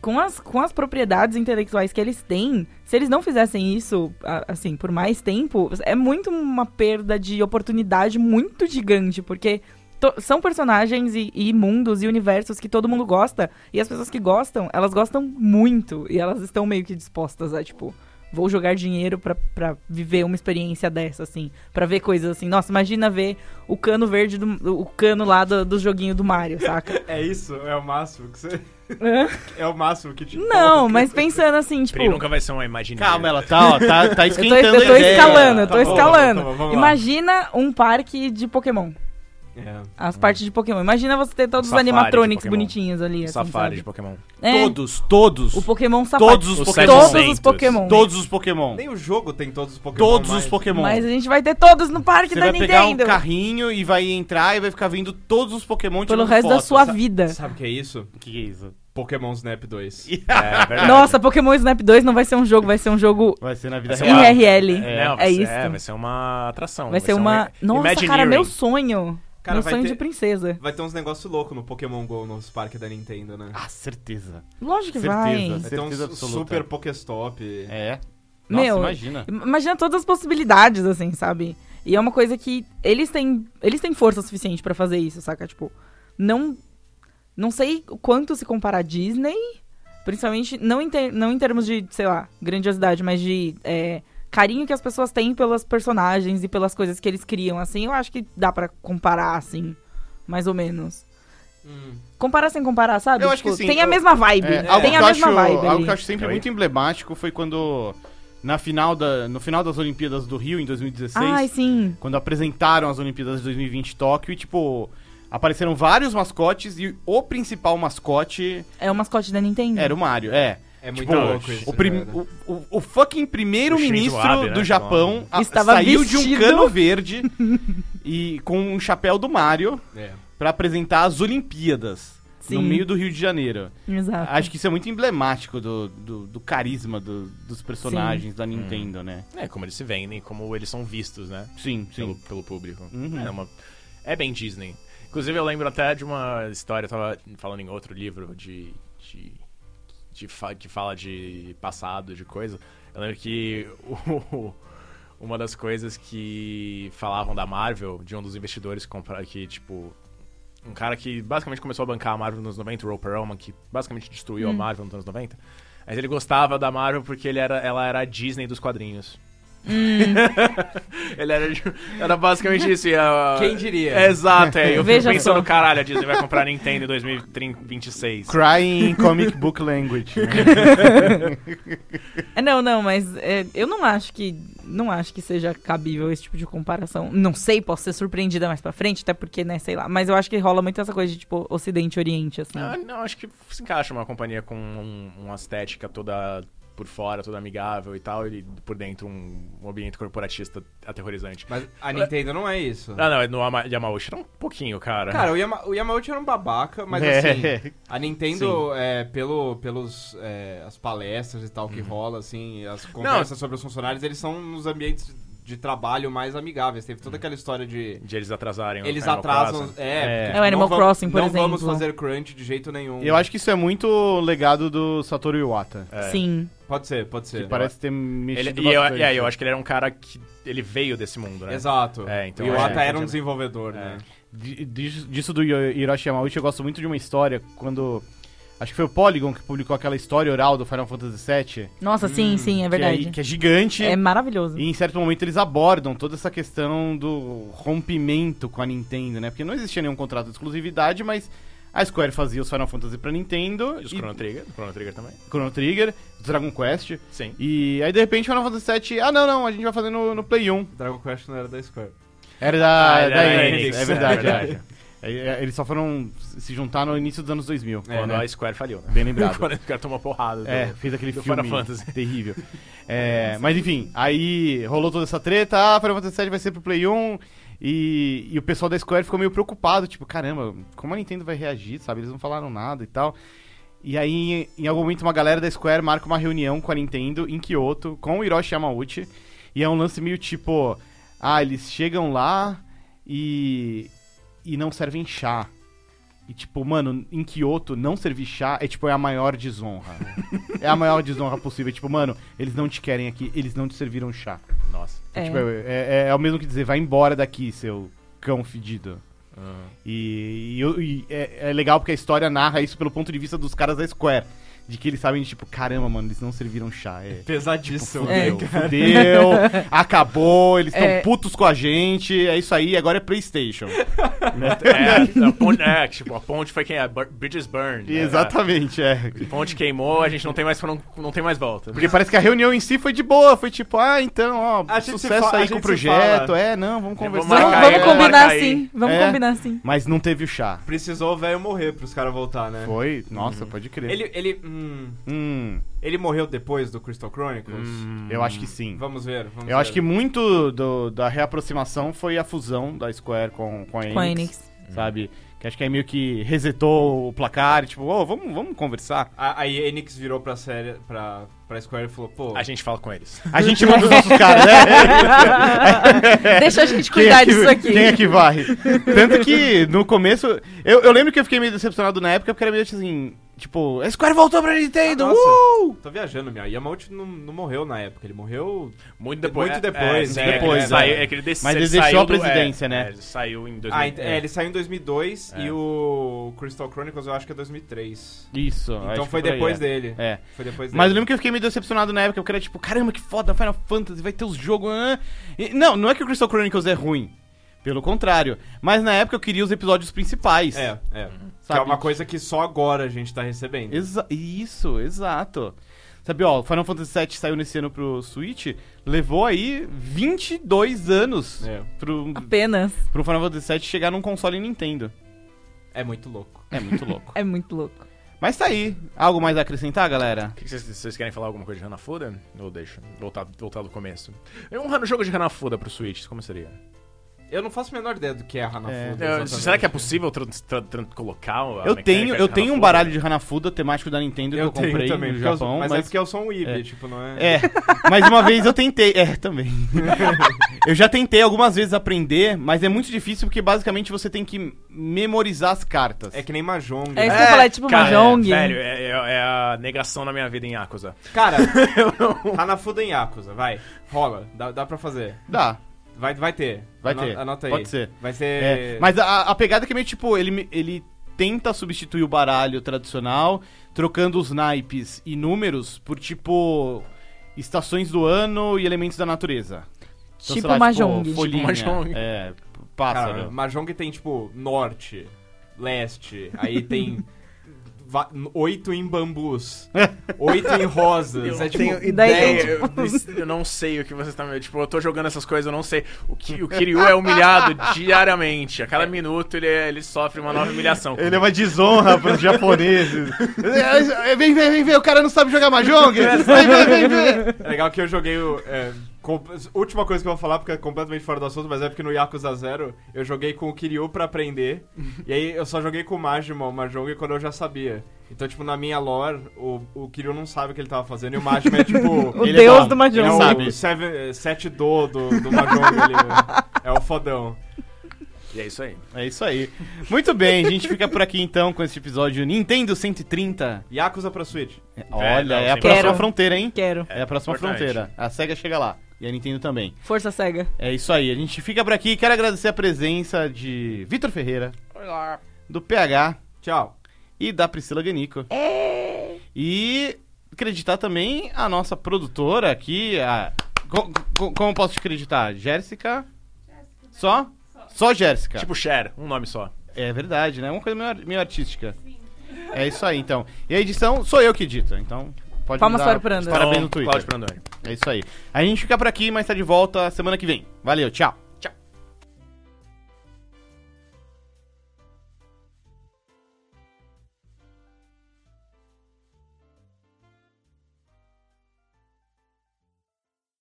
Speaker 4: com, as, com as propriedades intelectuais que eles têm, se eles não fizessem isso, a- assim, por mais tempo, é muito uma perda de oportunidade muito gigante, porque to- são personagens e, e mundos e universos que todo mundo gosta, e as pessoas que gostam, elas gostam muito, e elas estão meio que dispostas a, tipo... Vou jogar dinheiro pra, pra viver uma experiência dessa, assim. Pra ver coisas assim. Nossa, imagina ver o cano verde, do, o cano lá do, do joguinho do
Speaker 2: [LAUGHS]
Speaker 4: Mario, saca?
Speaker 2: É isso, é o máximo que você.
Speaker 4: Hã?
Speaker 2: É o máximo que te.
Speaker 4: Não, mas pensando assim, tipo...
Speaker 3: Pri nunca vai ser uma imaginária.
Speaker 1: Calma, ela tá, ó, tá, tá
Speaker 4: [LAUGHS] Eu tô,
Speaker 1: esquentando
Speaker 4: eu tô
Speaker 1: a ideia.
Speaker 4: escalando, eu
Speaker 2: Tá
Speaker 4: tô
Speaker 2: bom,
Speaker 4: escalando.
Speaker 2: tá bom, vamos lá.
Speaker 4: Imagina um parque de Pokémon.
Speaker 2: É.
Speaker 4: As partes de Pokémon. Imagina você ter todos
Speaker 3: Um
Speaker 4: os
Speaker 3: safari de
Speaker 4: animatronics
Speaker 3: Pokémon.
Speaker 4: bonitinhos ali.
Speaker 3: Um
Speaker 4: Assim,
Speaker 3: Safari de
Speaker 4: sabe?
Speaker 3: Pokémon.
Speaker 4: É,
Speaker 1: Todos, todos.
Speaker 4: O Pokémon safari.
Speaker 1: Todos os
Speaker 3: Os
Speaker 1: Pokémon.
Speaker 4: todos
Speaker 3: 700.
Speaker 4: os Pokémon.
Speaker 1: Todos os Pokémon.
Speaker 2: Nem o jogo tem todos os Pokémon.
Speaker 1: Todos os
Speaker 2: mais.
Speaker 1: Pokémon.
Speaker 4: Mas a gente vai ter todos no parque
Speaker 1: Você
Speaker 4: da
Speaker 1: vai pegar um
Speaker 4: Nintendo.
Speaker 1: carrinho e vai entrar e vai ficar vindo todos os Pokémon
Speaker 4: pelo
Speaker 1: tirando
Speaker 4: resto da
Speaker 1: foto.
Speaker 4: sua
Speaker 1: Sa-
Speaker 4: vida.
Speaker 2: Sabe o que é isso?
Speaker 1: Que que é isso?
Speaker 2: Pokémon Snap 2.
Speaker 3: É verdade.
Speaker 4: Nossa, Pokémon Snap 2 não vai ser um jogo, vai ser um jogo
Speaker 1: Vai ser na vida
Speaker 3: Vai ser um
Speaker 1: real.
Speaker 3: uma-
Speaker 4: IRL.
Speaker 1: É,
Speaker 4: É,
Speaker 3: Não, vai ser-
Speaker 4: isso.
Speaker 3: é, vai ser uma atração.
Speaker 4: Vai ser uma.
Speaker 3: um
Speaker 4: Nossa, cara,
Speaker 3: Imagineering.
Speaker 4: meu sonho.
Speaker 2: Cara,
Speaker 4: meu
Speaker 2: vai
Speaker 4: sonho
Speaker 2: ter-
Speaker 4: de princesa.
Speaker 2: Vai ter uns negócios loucos no Pokémon GO nos parques da Nintendo, né?
Speaker 1: Ah, certeza.
Speaker 4: Lógico que
Speaker 1: Certeza.
Speaker 4: vai.
Speaker 2: Vai ter uns
Speaker 1: certeza absoluta.
Speaker 2: super Pokéstop.
Speaker 1: É. Nossa,
Speaker 4: Meu,
Speaker 1: imagina.
Speaker 4: Imagina todas as possibilidades, assim, sabe? E é uma coisa que eles têm, eles têm força suficiente pra fazer isso, saca? Tipo, não não sei o quanto se compara a Disney, principalmente não em, ter- não em termos de, sei lá, grandiosidade, mas de é, carinho que as pessoas têm pelas personagens e pelas coisas que eles criam, assim, eu acho que dá pra comparar, assim, mais ou menos.
Speaker 2: Hum.
Speaker 4: Comparar sem comparar, sabe? Tipo,
Speaker 1: Eu acho que sim,
Speaker 4: Tem a
Speaker 1: eu-
Speaker 4: mesma vibe. né?
Speaker 1: É, algo
Speaker 4: tem
Speaker 1: que
Speaker 4: a
Speaker 1: eu
Speaker 4: mesma
Speaker 1: acho-
Speaker 4: vibe.
Speaker 1: Algo
Speaker 4: ali.
Speaker 1: que eu acho sempre
Speaker 3: Oi?
Speaker 1: muito emblemático foi quando, na final da, no final das Olimpíadas do Rio, em 2016,
Speaker 4: Ai, sim.
Speaker 1: quando apresentaram as Olimpíadas de 2020 em Tóquio, e, tipo, apareceram vários mascotes e o principal mascote
Speaker 4: É o mascote da Nintendo.
Speaker 1: era o Mario, é.
Speaker 2: É muito
Speaker 1: Tipo,
Speaker 2: louco isso. né,
Speaker 1: O, prim-
Speaker 2: cara.
Speaker 1: o, o- o fucking primeiro-ministro
Speaker 3: O Shinzo Abe, né,
Speaker 1: do Japão a-
Speaker 4: Estava
Speaker 1: saiu de um
Speaker 4: vestido.
Speaker 1: cano verde [LAUGHS] e com um chapéu do Mario
Speaker 2: É.
Speaker 1: pra apresentar as Olimpíadas no
Speaker 4: Sim.
Speaker 1: meio do Rio de Janeiro.
Speaker 4: Exato.
Speaker 1: Acho que isso é muito emblemático do, do, do carisma do- dos personagens da Nintendo, né?
Speaker 3: É, como eles se vendem, como eles são vistos, né?
Speaker 1: Sim,
Speaker 3: Pelo,
Speaker 1: sim.
Speaker 3: pelo público.
Speaker 1: Uhum.
Speaker 3: É, uma- é bem Disney. Inclusive, eu lembro até de uma história, eu tava falando em outro livro de. de, de fa- que fala de passado, de coisa. Eu lembro que [LAUGHS] o- uma das coisas que falavam da Marvel, de um dos investidores que, compra- que tipo, um cara que basicamente começou a bancar a Marvel nos 90, o Roper Elman, que basicamente destruiu a
Speaker 1: Hum.
Speaker 3: Marvel nos anos 90. Mas ele gostava da Marvel porque ele era, ela era a Disney dos quadrinhos.
Speaker 4: Hum.
Speaker 3: ele era, era basicamente isso. e a-
Speaker 2: Quem diria?
Speaker 3: É, Exato, é. Eu
Speaker 4: Veja
Speaker 3: fico pensando,
Speaker 4: só.
Speaker 3: caralho, a Disney vai comprar a Nintendo em 2026.
Speaker 1: Crying in comic book language. né?
Speaker 4: É, não, não, mas é, eu não acho que não acho que seja cabível esse tipo de comparação. Não sei, posso ser surpreendida mais pra frente, até porque, né, sei lá. Mas eu acho que rola muito essa coisa de, tipo, Ocidente e Oriente, assim.
Speaker 3: Ah, não, acho que se encaixa uma companhia com um- uma estética toda por fora, toda amigável e tal, e por dentro um um ambiente corporatista aterrorizante.
Speaker 2: Mas a Nintendo não é isso.
Speaker 3: Ah, não, é no Ama- Yamauchi tá um pouquinho, cara.
Speaker 2: Cara, o, Yama, o Yamauchi era um babaca, mas
Speaker 1: É.
Speaker 2: assim,
Speaker 1: [LAUGHS]
Speaker 2: a Nintendo, é, pelo, pelos é, as palestras e tal que
Speaker 1: Uhum.
Speaker 2: rola, assim, as conversas sobre os funcionários, eles são nos ambientes de trabalho mais amigáveis. Teve
Speaker 1: Uhum.
Speaker 2: toda aquela história de.
Speaker 3: de eles atrasarem o
Speaker 2: Eles
Speaker 3: Animal
Speaker 2: atrasam.
Speaker 3: Crossing.
Speaker 1: É.
Speaker 2: É,
Speaker 1: É o
Speaker 2: porque, tipo, não
Speaker 4: Animal
Speaker 2: vamos-
Speaker 4: Crossing, por exemplo.
Speaker 2: Não vamos fazer crunch de jeito nenhum.
Speaker 1: [LAUGHS] Eu acho que isso é muito legado do Satoru Iwata.
Speaker 3: É.
Speaker 4: Sim.
Speaker 2: Pode ser, pode ser.
Speaker 1: Que parece ter mexido
Speaker 3: Ele-
Speaker 2: tipo
Speaker 1: ele,
Speaker 3: e eu,
Speaker 1: bastante.
Speaker 3: e aí, eu acho que ele era um cara que. Ele veio desse mundo, né?
Speaker 2: Exato.
Speaker 3: É, então
Speaker 2: e o
Speaker 3: é,
Speaker 2: Ata era
Speaker 3: entendi.
Speaker 2: um desenvolvedor, né?
Speaker 1: Di- Disso disso do Hiro- Hiroshi Yamauchi, eu gosto muito de uma história quando... Acho que foi o Polygon que publicou aquela história oral do Final Fantasy VII.
Speaker 4: Nossa, sim, sim, é verdade.
Speaker 1: Que é, que é gigante.
Speaker 4: É maravilhoso.
Speaker 1: E em certo momento eles abordam toda essa questão do rompimento com a Nintendo, né? Porque não existia nenhum contrato de exclusividade, mas A Square fazia os Final Fantasy pra Nintendo.
Speaker 3: E os Chrono Trigger. Chrono Trigger também.
Speaker 1: Chrono Trigger, os Dragon Quest.
Speaker 3: Sim.
Speaker 1: E aí, de repente, Final Fantasy VII... Ah, não, não, a gente vai fazer no, no Play 1.
Speaker 2: Dragon Quest não era da Square.
Speaker 1: Era da,
Speaker 3: Ah, era
Speaker 1: da
Speaker 3: da
Speaker 1: Enix,
Speaker 3: Enix,
Speaker 1: é verdade.
Speaker 3: é
Speaker 1: é.
Speaker 3: verdade.
Speaker 1: É, é, Eles só foram se juntar no início dos anos 2000.
Speaker 3: É, Quando
Speaker 1: né?
Speaker 3: a Square faliu, né?
Speaker 1: Bem lembrado.
Speaker 3: [LAUGHS] Quando a Square tomou uma porrada. né?
Speaker 1: É,
Speaker 3: do-
Speaker 1: fez aquele
Speaker 3: do
Speaker 1: filme
Speaker 3: Final
Speaker 1: [LAUGHS]
Speaker 3: Fantasy.
Speaker 1: terrível. É, mas enfim, aí rolou toda essa treta, ah, Final Fantasy VII vai ser pro Play 1, e, e o pessoal da Square ficou meio preocupado, tipo, caramba, como a Nintendo vai reagir, sabe? Eles não falaram nada e tal. E aí, em algum momento, uma galera da Square marca uma reunião com a Nintendo em Kyoto, com o Hiroshi Yamauchi, e é um lance meio tipo, ah, eles chegam lá e, e não servem chá. E tipo, mano, em Kyoto, não servir chá é tipo, é a maior desonra. é a maior desonra possível. É, tipo, mano, eles não te querem aqui, eles não te serviram chá.
Speaker 3: Nossa.
Speaker 1: É.
Speaker 4: É.
Speaker 1: Tipo, é, é- é o mesmo que dizer, vai embora daqui, seu cão fedido. Ah. E, e eu- e é, é legal porque a história narra isso pelo ponto de vista dos caras da Square. De que eles sabem, tipo, caramba, mano, eles não serviram chá. [LAUGHS] É,
Speaker 2: Pesadíssimo.
Speaker 4: É,
Speaker 1: fudeu, fudeu, acabou, eles estão
Speaker 4: É.
Speaker 1: putos com a gente, é isso aí, agora é Playstation.
Speaker 3: É, a ponte, é, tipo, a ponte foi quem é? Bur- Bridges Burned.
Speaker 1: [LAUGHS]
Speaker 3: né?
Speaker 1: Exatamente, é.
Speaker 3: A ponte queimou, a gente não tem mais, pra- não, não tem mais volta.
Speaker 1: Porque parece que a reunião em si foi de boa, foi tipo, ah, então, ó,
Speaker 2: A gente se
Speaker 1: sucesso
Speaker 2: fa- a
Speaker 1: aí
Speaker 2: gente
Speaker 1: com o
Speaker 2: se
Speaker 1: projeto,
Speaker 2: fala.
Speaker 1: é, não, vamos
Speaker 3: Vamos
Speaker 1: conversar.
Speaker 4: Vamos,
Speaker 3: marcar
Speaker 1: é.
Speaker 4: vamos combinar
Speaker 3: marca aí.
Speaker 4: sim. Vamos
Speaker 1: É.
Speaker 4: combinar assim, sim.
Speaker 1: Mas não teve o chá.
Speaker 2: Precisou o velho morrer pros caras voltar, né?
Speaker 1: Foi, nossa, pode crer.
Speaker 2: Ele, ele, hum,
Speaker 1: Hum,
Speaker 2: ele morreu depois do Crystal Chronicles?
Speaker 1: eu acho que sim.
Speaker 2: Vamos ver. vamos
Speaker 1: Eu acho que
Speaker 2: ver.
Speaker 1: muito do- da reaproximação foi a fusão da Square com, com a Enix.
Speaker 4: Com a Enix.
Speaker 1: Sabe? Que acho que aí meio que resetou o placar, e tipo, ô, vamos, vamos conversar.
Speaker 2: A, a Enix virou pra série, pra, pra Square e falou, pô...
Speaker 3: A gente fala com eles.
Speaker 4: [LAUGHS]
Speaker 1: A gente manda os nossos caras, né?
Speaker 4: Deixa a gente
Speaker 1: Quem [LAUGHS]
Speaker 4: cuidar
Speaker 1: é que-
Speaker 4: disso aqui.
Speaker 1: Quem é que varre? Tanto que no começo. Eu, eu lembro que eu fiquei meio decepcionado na época, porque era meio assim. Tipo, a Square voltou pra Nintendo!
Speaker 2: Ah, nossa.
Speaker 1: uh!
Speaker 2: Tô viajando, minha. Yamauchi não, não morreu na época. Ele morreu...
Speaker 3: Muito depois.
Speaker 2: Muito depois,
Speaker 3: é,
Speaker 1: muito
Speaker 3: é,
Speaker 1: depois,
Speaker 3: ele saiu-
Speaker 1: é.
Speaker 3: é que ele desse-
Speaker 1: Mas ele
Speaker 3: saiu
Speaker 1: deixou a
Speaker 3: do- é,
Speaker 1: presidência, né?
Speaker 3: é, ele saiu em 2000.
Speaker 2: Ah, ent- é,
Speaker 3: é.
Speaker 2: ele saiu em 2002
Speaker 3: É.
Speaker 2: e o Crystal Chronicles eu acho que é 2003.
Speaker 1: Isso. acho
Speaker 2: então
Speaker 1: que
Speaker 2: foi
Speaker 1: por aí,
Speaker 2: depois
Speaker 1: é.
Speaker 2: dele.
Speaker 1: É.
Speaker 2: Foi depois dele.
Speaker 1: Mas eu lembro que eu fiquei meio decepcionado na época, porque era tipo, caramba, que foda, Final Fantasy, vai ter os jogos. ah. E- Não, não é que o Crystal Chronicles é ruim. Pelo contrário. Mas na época eu queria os episódios principais.
Speaker 2: É, é. Que
Speaker 1: Uhum. Sabe?
Speaker 2: é uma coisa que só agora a gente tá recebendo.
Speaker 1: Exa- isso, exato. Sabe, ó, Final Fantasy VII saiu nesse ano pro Switch, levou aí 22 anos
Speaker 2: É.
Speaker 1: pro,
Speaker 4: Apenas.
Speaker 1: pro Final Fantasy VII chegar num console Nintendo.
Speaker 2: É muito louco.
Speaker 1: É muito louco.
Speaker 4: É muito louco.
Speaker 1: Mas tá aí. Algo mais a acrescentar, galera?
Speaker 3: O que que vocês, vocês querem falar alguma coisa de Hanafuda? Ou deixa? Voltar, voltar do começo. É Um jogo de Hanafuda pro Switch, como seria?
Speaker 2: [LAUGHS] Eu não faço a menor ideia do que é a Hanafuda.
Speaker 1: É,
Speaker 2: exatamente.
Speaker 3: será que é possível tra- tra- tra- colocar a
Speaker 1: Eu
Speaker 2: é
Speaker 3: mecânica
Speaker 1: tenho,
Speaker 3: de
Speaker 1: eu tenho um
Speaker 3: Hanafuda?
Speaker 1: baralho
Speaker 2: né?
Speaker 1: de Hanafuda temático da Nintendo que eu,
Speaker 2: Eu tenho
Speaker 1: comprei
Speaker 2: também,
Speaker 1: no
Speaker 2: porque eu-
Speaker 1: Japão,
Speaker 2: mas,
Speaker 1: mas...
Speaker 2: é porque eu sou um Ibe, tipo, não é...
Speaker 1: É, mas uma vez eu tentei. É,
Speaker 2: [LAUGHS]
Speaker 1: também. eu já tentei algumas vezes aprender, mas é muito difícil porque basicamente você tem que memorizar as cartas.
Speaker 2: É que nem Mahjong.
Speaker 4: É
Speaker 2: né?
Speaker 4: isso que eu falei, é tipo
Speaker 3: Cara,
Speaker 4: Mahjong.
Speaker 3: É, velho, é, é- é a negação na minha vida em Yakuza.
Speaker 2: Cara, Hanafuda em Yakuza, vai. Rola, dá, dá pra fazer.
Speaker 1: Dá.
Speaker 2: Vai, vai ter.
Speaker 1: Vai
Speaker 2: Ano-
Speaker 1: ter.
Speaker 2: Anota aí.
Speaker 1: Pode ser.
Speaker 2: Vai ser...
Speaker 1: É, mas a, a pegada é que é meio tipo, ele, me- ele tenta substituir o baralho tradicional, trocando os naipes e números por tipo estações do ano e elementos da natureza. Então, sei
Speaker 4: Tipo
Speaker 1: lá,
Speaker 4: Mahjong.
Speaker 1: folhinha,
Speaker 3: Tipo Mahjong.
Speaker 1: É, p-
Speaker 2: Cara,
Speaker 1: pássaro.
Speaker 2: Mahjong tem, tipo, norte, leste, aí tem va- oito
Speaker 1: [LAUGHS]
Speaker 2: em bambus, oito em rosas, é tipo...
Speaker 4: Daí
Speaker 3: É,
Speaker 4: tem, tipo,
Speaker 3: eu,
Speaker 4: [LAUGHS]
Speaker 3: eu não sei o que você tá me. Tipo, eu tô jogando essas coisas, eu não sei. O, Ki, o Kiryu é
Speaker 4: [LAUGHS]
Speaker 3: humilhado diariamente. A cada minuto ele, é- ele sofre uma nova humilhação.
Speaker 1: Ele é uma desonra [LAUGHS] pros japoneses. É, é, vem, vem, vem, vem, o cara não sabe jogar Mahjong. Vem, vem, vem, vem.
Speaker 2: É legal que eu joguei o... é, com- Última coisa que eu vou falar, porque é completamente fora do assunto, mas é porque no Yakuza Zero eu joguei com o Kiryu pra aprender, e aí eu só joguei com o Majima, o Mahjong, quando eu já sabia. Então, tipo, na minha lore, o, o Kiryu não sabe o que ele tava fazendo, e o Majima é, tipo...
Speaker 4: O
Speaker 1: Ele é
Speaker 4: deus
Speaker 1: bom,
Speaker 4: do
Speaker 2: Ele é
Speaker 1: Não
Speaker 4: Mahjong.
Speaker 1: sabe.
Speaker 2: o seven- eh, sete do do, do Mahjong ali. né? É o fodão.
Speaker 3: E é isso aí.
Speaker 1: É isso aí. Muito bem, a gente fica por aqui então com esse episódio Nintendo 130.
Speaker 2: Yakuza pra Switch.
Speaker 1: Olha, é a
Speaker 3: não, sem
Speaker 1: próxima
Speaker 4: Quero.
Speaker 1: fronteira, hein?
Speaker 4: tipo, Quero.
Speaker 1: É a próxima
Speaker 3: Importante.
Speaker 1: fronteira. A SEGA chega lá. E a Nintendo também.
Speaker 4: Força cega.
Speaker 1: É isso aí. A gente fica por aqui. Quero agradecer a presença de Vitor Ferreira, do PH
Speaker 2: Tchau.
Speaker 1: e da Priscila Ganico.
Speaker 4: É.
Speaker 1: E acreditar também a nossa produtora aqui, a... Co- co- Como posso te acreditar? Jéssica? Só? Só Jéssica.
Speaker 4: Tipo-
Speaker 3: Tipo Cher, um nome só.
Speaker 1: É verdade, né? É uma coisa meio, ar- meio artística. É isso aí, então. E a edição sou eu que edito, então pode
Speaker 4: Palmas
Speaker 1: me dar
Speaker 4: para o Prandon.
Speaker 1: Parabéns
Speaker 3: Então,
Speaker 1: no Twitter.
Speaker 3: Cláudio Prandoni.
Speaker 1: É isso aí. A gente fica por aqui, mas tá de volta semana que vem. Valeu, tchau.